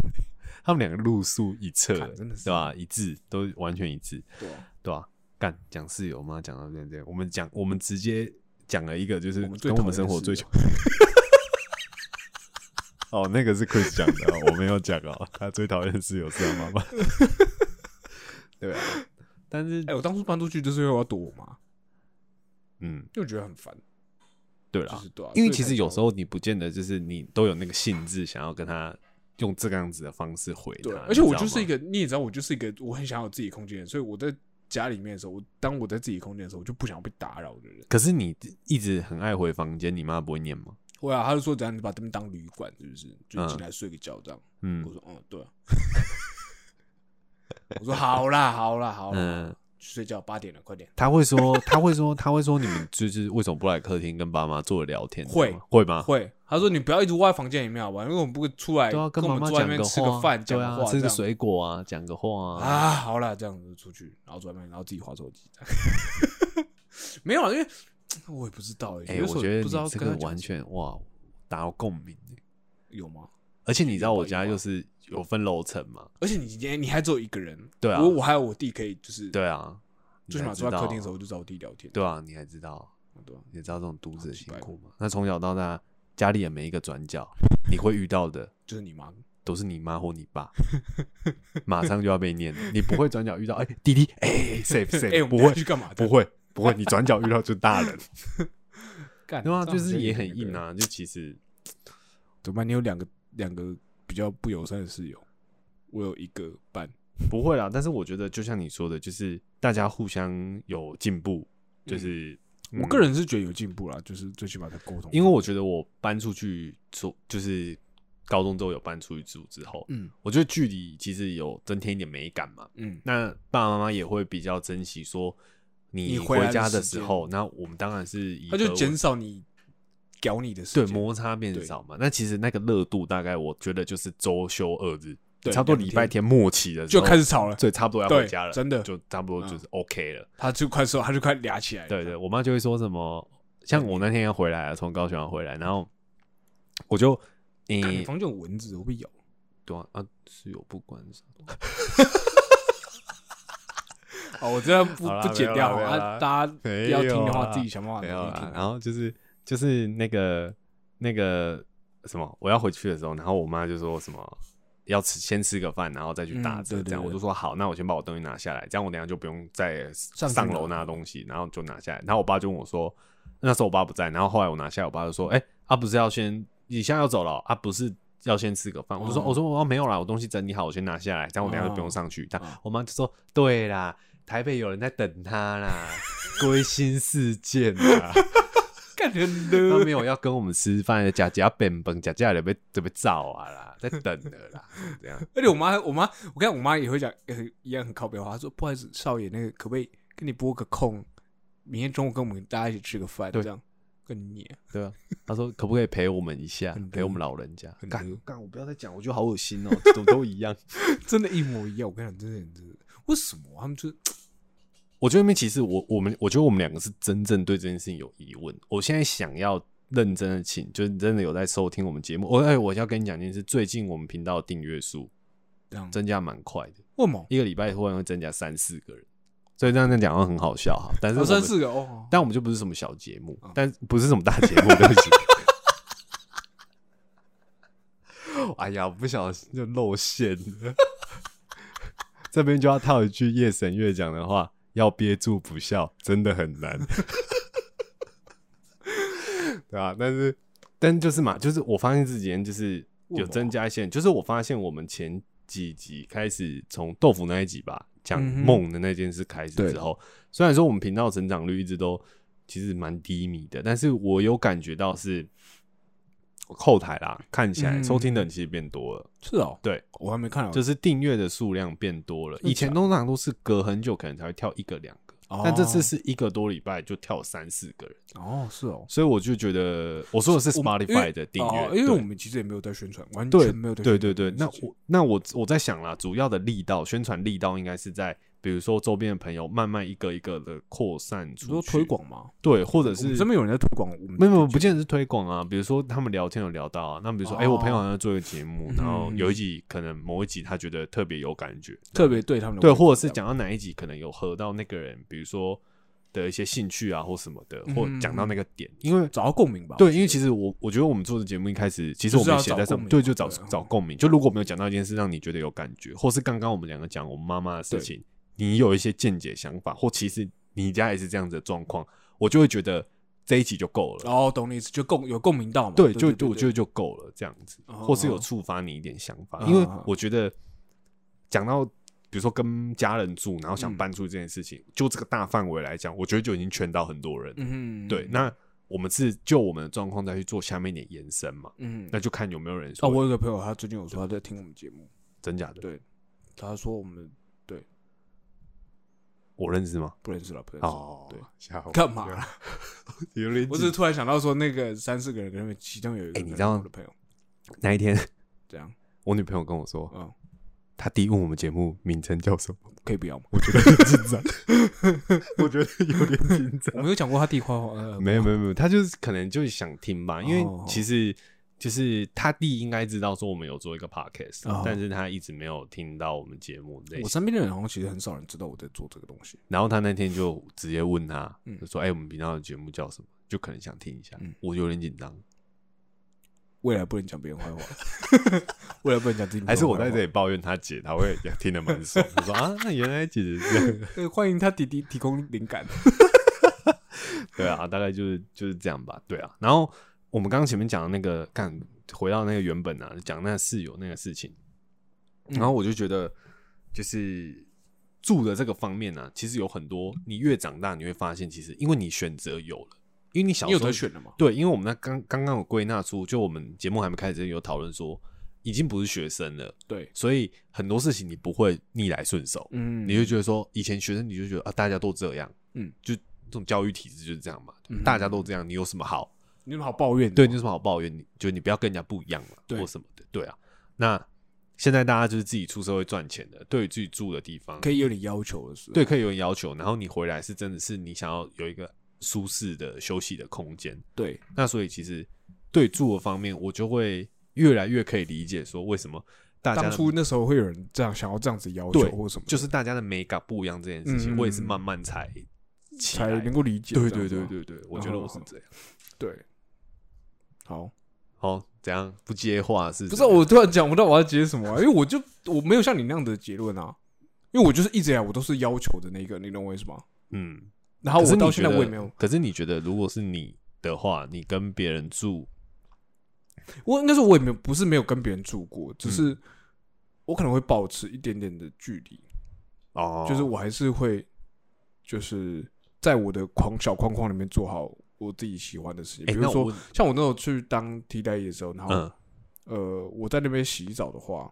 他们两个路数一辙看，真的是对吧？一致，都完全一致，对啊对吧？干讲室友嘛，讲到这样这样，我们讲我们直接讲了一个，就是我们最跟我们讨生厌的活最室友穷。 哦，那个是 Chris 讲的、哦，我没有讲哦。他最讨厌的室友是他妈 妈。对啊，但是哎、我当初搬出去就是因为我要躲我妈，嗯，因为我觉得很烦，对就啦是，对啊，因为所以其才实有时交候你不见得就是你都有那个兴致想要跟他用这个样子的方式回对他啊，，而且你我知道就是一吗个，你也知道，我就是一个我很想有自己空间的人，所以我在家里面的时候，我当我在自己空间的时候，我就不想被打扰的人。可是你一直很爱回房间，你妈不会念吗？会啊，他就说怎样，你把这边当旅馆是不是？就嗯进来睡个觉这样。嗯我说嗯，对啊、 我说好啦，好啦，好啦，嗯，去睡觉，八点了，快点。她会说，她会说，她会说，你们就是为什么不来客厅跟爸妈坐着聊天？会知道吗会吗？会，他说你不要一直窝在房间里面好吧，因为我们不会出来，啊对啊，跟妈我妈们坐在讲那个边吃话，个饭，讲对个啊，话，吃这个样水果啊，讲个话啊，啊，好啦，这样子就出去，然后坐在那边，然后自己划手机。 没有啊，因为我也不知道欸，哎、有时我候觉得不知道你这跟个他讲完什么全哇，达到共鸣欸。有吗？而且你知道我家有吧就是有分楼层嘛，而且你今天你还只有一个人，对啊我我还有我弟可以就是，对啊，你最起才码知坐在客道厅的时候，我就找我弟聊天，对啊，你还知道，对啊你知道这种独子的好几辛百苦吗？那从小到大，家里的每一个转 角，你会遇到的就是你妈都是你妈或你爸，马上就要被念。你不会转角遇到，哎、弟弟，哎、s a f e 哎、 safe，我不们要会去干嘛？不会不会，你转角遇到就大人，干，对啊， 这就样好像是也有点很那个硬。啊。就其实怎么办？你有两个两个比较不友善的室友，我有一个半，不会啦，但是我觉得就像你说的，就是大家互相有进步，就是、我嗯个人是觉得有进步啦，就是最起码在沟通，因为我觉得我搬出去住，就是高中之后有搬出去住之后，嗯我觉得距离其实有增添一点美感嘛。嗯那爸爸妈妈也会比较珍惜说你你回来回的家的时时间候，那我们当然是以他就和减少你屌你的时对间，摩擦变对少嘛。那其实那个热度大概我觉得就是周休二日，对差不多两礼拜天天末期的时就候开始吵了， 对，差不多要对回家了，真的就差不多就嗯是 OK 了。他就快说，他就快俩起来了，对对，我妈就会说什么，像我那天要回来了，从高雄要回来，然后我就你干，你房间有蚊子，我被咬。对啊，啊室友不管啥，哦，我这样不好啦不剪掉没有啦没有啊！啦大家没要听的有话，啦自己想办法没有啦听。然后就是就是那个那个什么，我要回去的时候，然后我妈就说什么要吃先吃个饭，然后再去打嗯车。对对这样我对就说好，那我先把我东西拿下来，这样我等一下就不用再上去上拿楼拿东西，然后就拿下来。然后我爸就问我说，那时候我爸不在，然后后来我拿下来，我爸就说，哎、啊不是要先你现在要走了哦啊不是。要先吃个饭，我就说，哦我说我、哦、没有啦，我东西整理好，我先拿下来，这样我等一下就不用哦上去。但哦我妈就说，对啦，台北有人在等他啦，归心似箭啦。干人他的没有要跟我们吃饭，假假本本假假的被就被造啊啦，在等的啦，这样而且我妈，我妈，我看我妈也会讲，呃一样很靠背话。她说：“不好意思，少爷，那个可不可以给你拨个空，明天中午跟我们大家一起吃个饭，对这样跟你对啊，他说可不可以陪我们一下很，陪我们老人家？很干多干，我不要再讲，我觉得好恶心哦，怎么都一样。 真的，一模一样。我跟你讲，真的，真的，为什么他们就我觉得那边其实我我们我觉得我们两个是真正对这件事情有疑问。我现在想要认真的请，就是真的有在收听我们节目。我、哎，我要跟你讲一件事，最近我们频道的订阅数这样？增加蛮快的，为什么？一个礼拜突然会增加三四个人，所以这样讲好像很好笑哈。但是哦我三们四个哦，但我们就不是什么小节目，哦但不是什么大节 目，对不起。哎呀，不小心就露馅了。 这边就要套一句夜神月讲的话：要憋住不笑，真的很 难。对啊，但是但就是嘛，就是我发现这几天就是有增加一些，就是我发现我们前几集开始从豆腐那一集吧讲嗯哼梦的那件事开始对之后，虽然说我们频道成长率一直都其实蛮低迷的，但是我有感觉到是后台啦，看起来嗯收听的人其实变多了，是哦，啊对，我还没看到，就是是订阅的数量变多了。真的以前通常都是隔很久可能才会跳一个两个，但这次是一个多礼拜就跳三四个人，哦，是哦，所以我就觉得我说的是我们 Spotify 的订阅哦，因为我对们其实也没有在宣传，完对全没有在对宣对传对，这那件事情我那我我在想啦，主要的力道宣传力道应该是在比如说周边的朋友慢慢一个一个的扩散你出去，说推广嘛，对，或者我是们身边有人在推广，我们没有没有不见得是推广啊，比如说他们聊天有聊到啊，那比如说哎、我朋友哦好像在做一个节目，然后嗯有一集可能某一集他觉得特别有感觉，特别对他们的对，味道或者是讲到哪一集可能有合到那个人，比如说的一些兴趣啊或什么的，或嗯讲到那个点，因为找到共鸣吧，对，因为其实我我觉得我们做的节目一开始，其实就我是们要写找在上共面，鸣对，嘛就找对啊找共鸣。就如果没有讲到一件事让你觉得有感觉，或是刚刚我们两个讲我们妈妈的事对情，你有一些见解想法，或其实你家也是这样子的状况，我就会觉得这一集就够了。哦，懂你意思，就共有共鸣到嘛，对，对就对就我觉对得就够了，这样子，哦或是有触发你一点想法，因为嗯嗯嗯我觉得讲到比如说跟家人住，然后想嗯搬出这件事情，就这个大范围来讲，我觉得就已经圈到很多人了。嗯对，那我们是就我们的状况再去做下面一点延伸嘛，嗯那就看有没有人说、哦，我有个朋友，他最近有说他在听我们节目，真假的，对他说我们我认识吗？不认识了，不认识。哦，对，吓我干嘛一跳啦？ 有点紧 我只是突然想到说，那个三四个人，里面其中有一个，哎你知道我的朋友那一天，这样，我女朋友跟我说，嗯，她第一问我们节目名称叫什么，可以不要吗？我觉得很紧张，我觉得有点紧我张。没有讲过他弟坏话，呃，没有没有没有，她就是可能就是想听吧，因为哦其实就是她弟应该知道说我们有做一个 podcast，、哦但是她一直没有听到我们节目类我型。身边的人好像其实很少人知道我在做这个东西。然后她那天就直接问她，嗯就说：“哎、我们频道的节目叫什么？”就可能想听一下，嗯我有点紧张，未来不能讲别 人坏话，未来不能讲自己。还是我在这里？里抱怨她姐，她会听得蛮爽。我说啊，那原来姐姐是这样，对，欢迎他弟弟提供灵感。 对啊，大概就是就是这样吧。对啊，然后我们刚刚前面讲的那个，干回到那个原本啊，讲那个室友那个事情，然嗯后我就觉得就是住的这个方面呢、啊，其实有很多，你越长大你会发现，其实因为你选择有了，因为你小你时有候得选的吗？对，因为我们那刚刚刚有归纳出，就我们节目还没开始有讨论说，已经不是学生了，对，所以很多事情你不会逆来顺受，嗯，你就觉得说，以前学生你就觉得啊，大家都这样，嗯，就这种教育体制就是这样嘛，嗯大家都这样，你有什么好？你有什么好抱怨的？哦对，你有什么好抱怨？你就你不要跟人家不一样嘛，对或什么的，对啊。那现在大家就是自己出社会赚钱的，对于自己住的地方，可以以有点要求的是，对，可以有人要求，然后你回来是真的是你想要有一个舒适的休息的空间，对，那所以其实对住的方面，我就会越来越可以理解说为什么大家当的初那时候会有人这样想要这样子要求对或什么的，就是大家的美感不一样这件事情，嗯我也是慢慢才起才来能够理解这对样子对啊。对对对，我觉得我是这样。对，好，好，怎样不接话是？不是啊我突然讲不到我要接什么、 啊，因为我就我没有像你那样的结论啊，因为我就是一直以来我都是要求的那个，你懂我意思吗？嗯，然后可是啊我你到现在觉我也得没有，。可是你觉得，如果是你的话，你跟别人住，我应该说我也没有不是没有跟别人住过，只是我可能会保持一点点的距离，哦就是我还是会就是在我的框小框框里面做好我自己喜欢的事情，哎，比那如我说问像我那时候去当替代役的时候，然后、嗯，呃我在那边洗澡的话，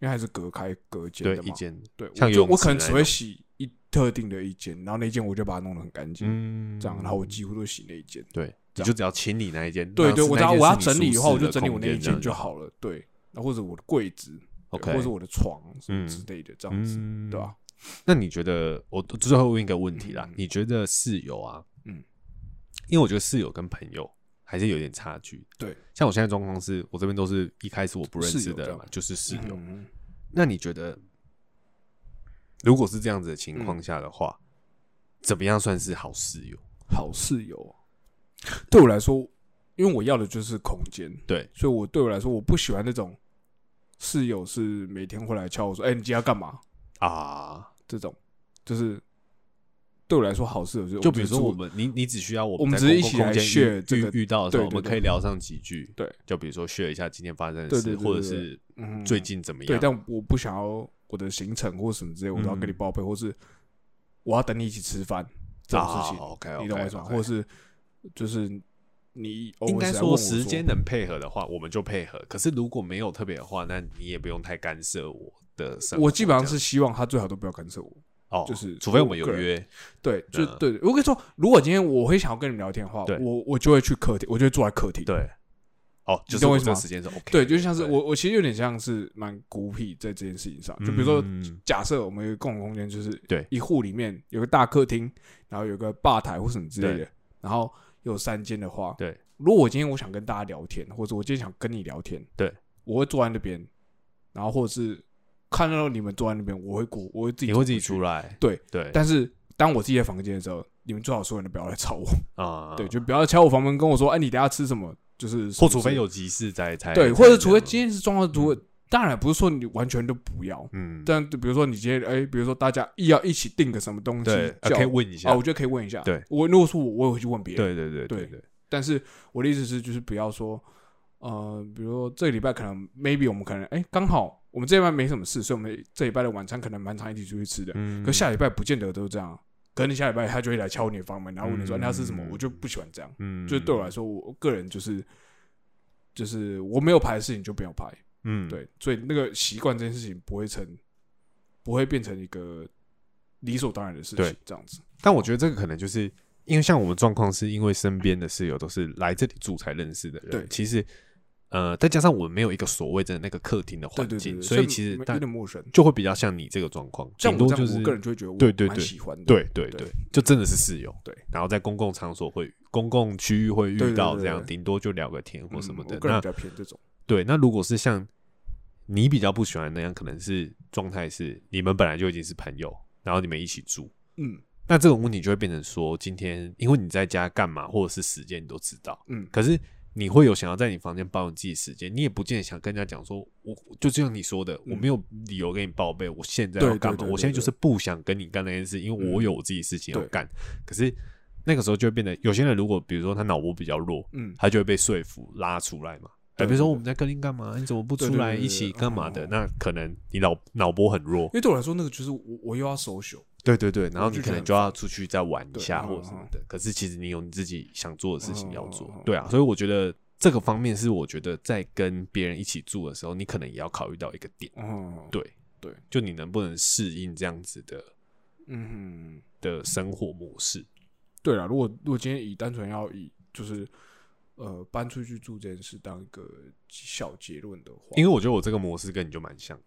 因为还是隔开隔间对的一嘛，间，对，我像游就泳我可能池只那会洗一特定的一间，然后那间我就把它弄得很干净，嗯这样，然后我几乎都洗那一间。对，你这样就只要清理那一间，对对，我只要我要整理以的话，后，我就整理我那一间就就好了。对，那或者我的柜子对 OK 或者我的床什么嗯之类的，这样子，对啊吧、？那你觉得我最后问一个问题啦，你觉得室友啊，嗯嗯，因为我觉得室友跟朋友还是有点差距。对，像我现在状况是我这边都是一开始我不认室识友的这人样嘛，就是室友。嗯那你觉得，如果是这样子的情嗯况下的话，怎么样算是好室友？好室友啊，对我来说，因为我要的就是空间，对，所以我对我来说，我不喜欢那种室友是每天会来敲我说：“哎、你今天要干嘛啊，？”这种就是对我来说，好室友就是就比如说我我们们，你你只需要我我们在只是公一起共来空间 share 遇这个遇遇到的时候，对我对们可以聊上几句。对，就比如说 share 一下今天发生的对事，对对或者对对是住嗯最近怎么对，样。但我不想要我的行程或什么之类，我都要跟你嗯报备，或是我要等你一起吃饭这种事情，啊 OK，你懂我意思吗？或者是就是你应该 always 来问说我时间能配合的话，我们就配合。可是如果没有特别的话，那你也不用太干涉我的生活。我基本上这样是希望他最好都不要干涉我。哦，就是除非我们有我个人约，对，就嗯对。我跟你说，如果今天我会想要跟你们聊天的话对，我我就会去客厅，我就会坐在客厅。对，哦，你就是懂我我意思这吗时间是 OK 的。对，就像是对，我我其实有点像是蛮孤僻在这件事情上，就比如说嗯假设我们有一个共同空间，就是对一户里面有个大客厅，然后有个吧台或什么之类对的，然后有三间的话，对，如果我今天我想跟大家聊天，或者我今天想跟你聊天，对，我会坐在那边，然后或者是看到你们坐在那边，我会过，我会自己你走会自己过去出，来，对对，但是当我自己在房间的时候，你们最好所有人都不要来吵我，啊，对，就不要敲我房门跟我说，哎，你等一下吃什么？就是什或么除之非类的有急事才才对，才或者这除非样今天是状况，如果当然不是说你完全都不要，嗯，但就比如说你今天哎，比如说大家一要一起订个什么东西对，啊叫可以问一下啊，我觉得可以问一下。对，我如果说我我也会去问别人，对对对对对但是我的意思是就是不要说呃，比如说这个礼拜可能 maybe 我们可能哎刚好我们这礼拜没什么事，所以我们这礼拜的晚餐可能蛮常一起出去吃的，嗯可下礼拜不见得都这样啊。可能你下礼拜他就会来敲你的房门，然后问你说嗯你要吃什么，我就不喜欢这样。嗯就是对我来说，我个人就是就是我没有排的事情就没有排，嗯，对，所以那个习惯这件事情不会成，不会变成一个理所当然的事对情，这样子。但我觉得这个可能就是因为像我们状况，是因为身边的室友都是来这里住才认识的人。对其实呃，再加上我们没有一个所谓的那个客厅的对环对对境，对，所以其实没大有点陌生。就会比较像你这个状况，像顶多我这就样，是我个人就会觉得我对对蛮对喜欢的。对对对对，就真的是室友对，然后在公共场所会公共区域会对遇对到对这样，对顶多就聊个天嗯或什么的我。个人那比较偏这种。对，那如果是像你比较不喜欢那样，可能是状态是你们本来就已经是朋友，然后你们一起住，嗯那这种问题就会变成说，今天因为你在家干嘛，或者是时间你都知道，嗯，可是你会有想要在你房间保你自己时间，你也不见得想跟人家讲说，我就像你说的，我没有理由跟你报备，我现在要嗯对对干嘛，对对嗯我现在就是不想跟你干那件事，因为我有我自己事情要对干。可是那个时候就会变得，有些人如果比如说他脑波比较弱，嗯，他就会被说服拉出来嘛。哎对比如对说对我们在客厅干嘛？你怎么不对出对来对对一起干嘛哦的？那可能你脑脑波很弱因，为对我来说，那个就是我我又要手秀，对对对，然后你就觉可得能很就要出去再玩一对下嗯或者什么的。可是其实你有你自己想做的事情要做嗯嗯嗯，嗯对啊。所以我觉得这个方面是我觉得在跟别人一起住的时候，你可能也要考虑到一个点，嗯，对对，就你能不能适应这样子的嗯哼，的生活模式。对了，如果如果今天以单纯要以就是呃搬出去住这件事当一个小结论的话，因为为我觉得我这个模式跟你就蛮像的，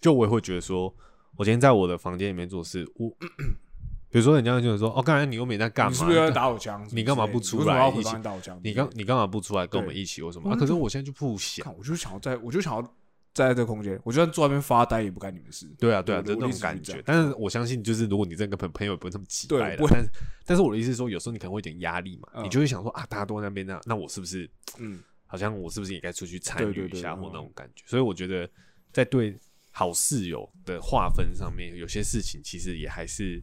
就我也会觉得说，我今天在我的房间里面做事，我 比如说人家就会说，哦，刚才你又没在干嘛？ 你是不是要打我枪？你干嘛不出来你为什么要回一起房间打我枪？你刚你干嘛不出来跟我们一起？为什么？啊我就可是我现在就不想。看，我就想要在，我就想要待在这个空间，我就算坐在那边发呆也不干你们事。对啊，对啊，我就那我的意种思感是这觉样。但是我相信，就是如果你真的跟朋朋友也不会那么急对掰不了，会但是但是我的意思是说，有时候你可能会有点压力嘛，嗯你就会想说啊，大家都在那边那，那我是不是嗯，好像我是不是也该出去参对与对对一下嗯或那种感觉？所以我觉得在对好室友的划分上面，有些事情其实也还是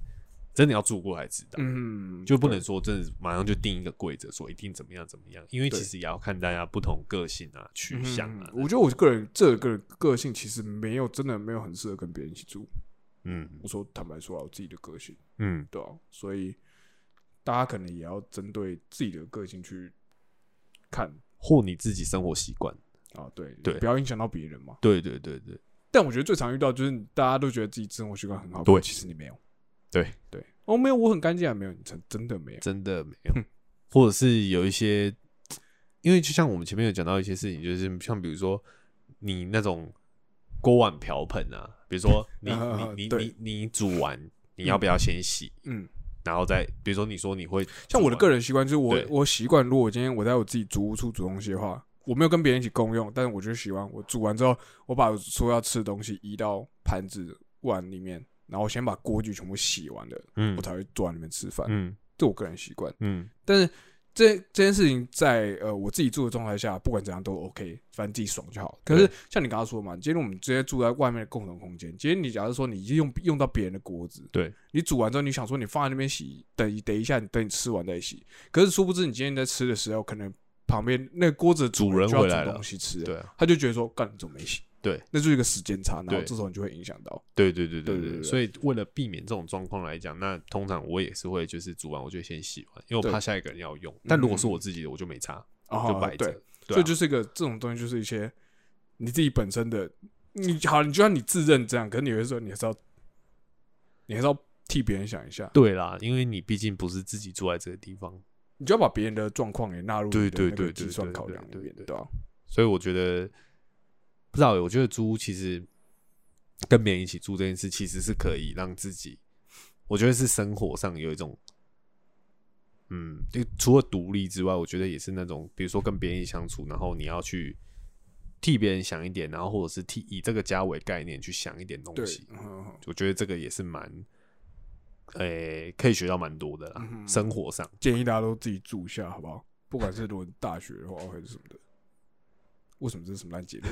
真的要住过才知道，嗯，就不能说真的马上就定一个规则说一定怎么样怎么样，因为对其实也要看大家不同个性啊、取向啊嗯。我觉得我个人这个人个性其实没有真的没有很适合跟别人一起住。嗯我说坦白说啊，我自己的个性，嗯，对啊，所以大家可能也要针对自己的个性去看或你自己生活习惯。啊，对对不要影响到别人嘛。对对对对。但我觉得最常遇到就是大家都觉得自己生活习惯很好，对其实你没有。对对，哦，没有，我很干净啊，没有，你真真的没有。真的没有，或者是有一些，因为就像我们前面有讲到一些事情，就是像比如说你那种锅碗瓢盆啊，比如说你 啊你你对你你煮完，你要不要先洗，嗯，然后再比如说你说你会像我的个人人习惯就是我对我习惯，如果我今天我在我自己租屋处煮东西的话，我没有跟别人一起共用，但是我就喜欢我煮完之后，我把所有要吃的东西移到盘子碗里面，然后我先把锅具全部洗完了，嗯我才会坐在里面吃饭。嗯这我个人习惯。嗯但是这这件事情在呃我自己住的状态下，不管怎样都 OK，反正自己爽就好。可是像你刚刚说嘛，今天我们直接住在外面的共同空间，今天你假如说你已经用用到别人的锅子，对，你煮完之后你想说你放在那边洗，等一等一下，你等你吃完再洗。可是殊不知你今天在吃的时候，可能旁边那个锅子的主人就要回来煮了东西吃了，对啊他就觉得说干你怎么没洗？对，那就是一个时间差，然后对这时候你就会影响到。对对对对对对对，对所以为了避免这种状况来讲，那通常我也是会就是煮完我就先洗完，因为我对怕下一个人要用。但如果是我自己的，我就没擦，啊就摆着对，。对啊所以就是一个这种东西，就是一些你自己本身的，你好，你就算你自认这样，可是你有些时候你还是要，你还是要替别人想一下，对啦，因为你毕竟不是自己住在这个地方，你就要把别人的状况也纳入对你的对那对个对计算对考对量里对面，对对吧？所以我觉得不知道欸，我觉得租屋其实跟别人一起住这件事，其实是可以让自己，我觉得是生活上有一种，嗯，就除了独立之外，我觉得也是那种，比如说跟别人一起相处，然后你要去替别人想一点，然后或者是替以这个家为概念去想一点东对，西，嗯嗯我觉得这个也是蛮。诶、可以学到蛮多的啦，嗯生活上。建议大家都自己住一下，好不好？不管是如果你大学的话，还是什么的。为什么这是什么烂结论？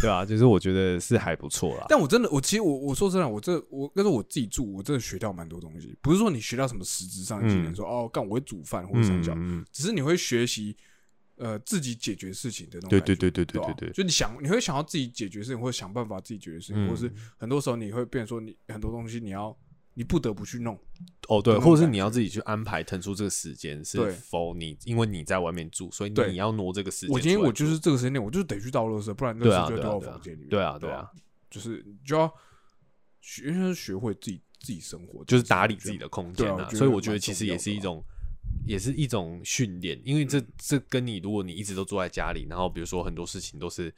对啊，就是我觉得是还不错啦。但我真的，我其实我我说真的，我这我但是我自己住，我真的学到蛮多东西。不是说你学到什么实质上的技能，嗯说哦，干我会煮饭或者三嗯角，嗯，只是你会学习呃自己解决事情的那种对感觉啊对对对对吧对对，就你想你会想要自己解决事情，或者想办法自己解决事情，嗯或是很多时候你会变成说你很多东西你要你不得不去弄，哦，对，那种或者是感你觉要自己去安排腾出这个时间，是对否你因为你在外面住，所以对你要挪这个时间出我来做。今天我就是这个时间点，我就是得去倒垃圾，不然垃对啊圾就对啊会丢到对啊房间里面。对啊对对吧啊，就是你就要学，就是学会自己自己生活，就是打理自己的空间对啊我觉得所以我蛮觉得重其实要也的啊嗯是一啦种，也是一种训练，因为这这跟你如果你一直都住在家里，然后比如说很多事情都是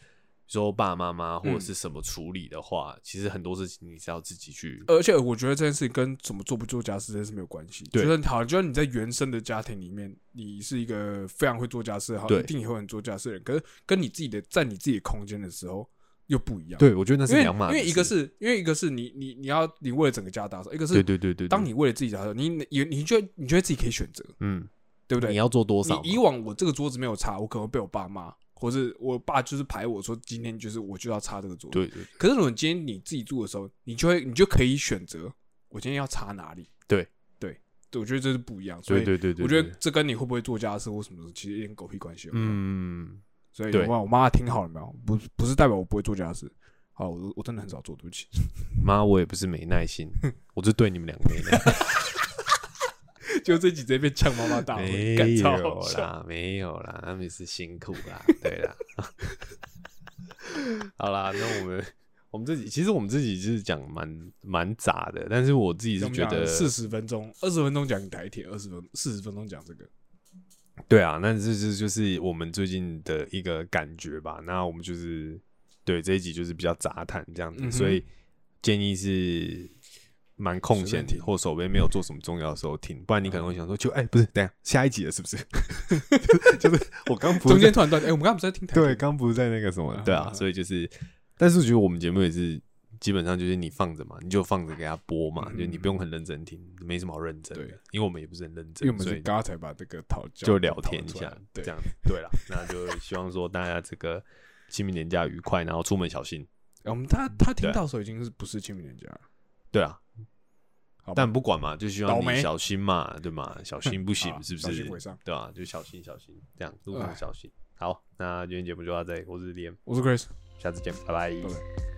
说爸爸妈妈或者嗯是什么处理的话，其实很多事情你是要自己去。而且我觉得这件事情跟怎么做不做家事真的是没有关系。对就是好，就算你在原生的家庭里面，你是一个非常会做家事，好，对一定也会很做家事的人。可是跟你自己的在你自己的空间的时候又不一样。，对，我觉得那是因为两码因子事，为一个是因为一个是你你你要你为了整个家打扫，一个对对是对对，对当你为了自己打扫，你你你觉得你觉得自己可以选择，嗯，对不对？你要做多你少嘛？以往我这个桌子没有擦，我可能会被我爸骂，或是我爸就是排我说今天就是我就要擦这个桌子。对对可是如果你今天你自己住的时候，你就会你就可以选择我今天要擦哪里。对对对，我觉得这是不一样。所对以对对对，我觉得对这跟你会不会做家事或什么的其实一点狗屁关系都没有。嗯，所以对我妈我妈听好了没有？不不是代表我不会做家事。好，我我真的很少做，对不起。 妈，我也不是没耐 心，我就对你们两个没耐心。就这几集被呛妈妈大 没会，干超好有笑啦，没有啦，他们是辛苦啦，对啦。 好啦，那我们我们自己其实我们自己就是讲蛮蛮杂的，但是我自己是觉得四十分钟，二十分钟讲台铁，二十分四十分钟讲这个，对啊，那这是就是我们最近的一个感觉吧。那我们就是对这一集就是比较杂谈这样子，嗯哼所以建议是蛮空闲随便听或手边没有做什么重要的时候听，不然你可能嗯会想说，就哎、不是，等一下下一集了是不 是？就是我刚不是中在间突然断。哎，我们刚刚不是在听台铁吗对，刚不是在那个什么啊，对啊啊，啊所以就是，但是我觉得我们节目也是基本上就是你放着嘛，你就放着给他播嘛，嗯就你不用很认真听，没什么好认真的对，因为我们也不是很认真因为我，们所是以刚刚才把这个讨就聊天一下，对这，样子，对啦，那就希望说大家这个清明年假愉快，然后出门小心，哎我们他他听对到的时候已经是不是清明人家了？对啊好吧。但不管嘛，就希倒望霉你小心嘛，对嘛，小心不 行好，是不小心是为上？对吧？就小心小心，这样路上哎小心。好，那今天节目就到这里，我是 l i 我是 Chris，下次见，拜拜拜拜。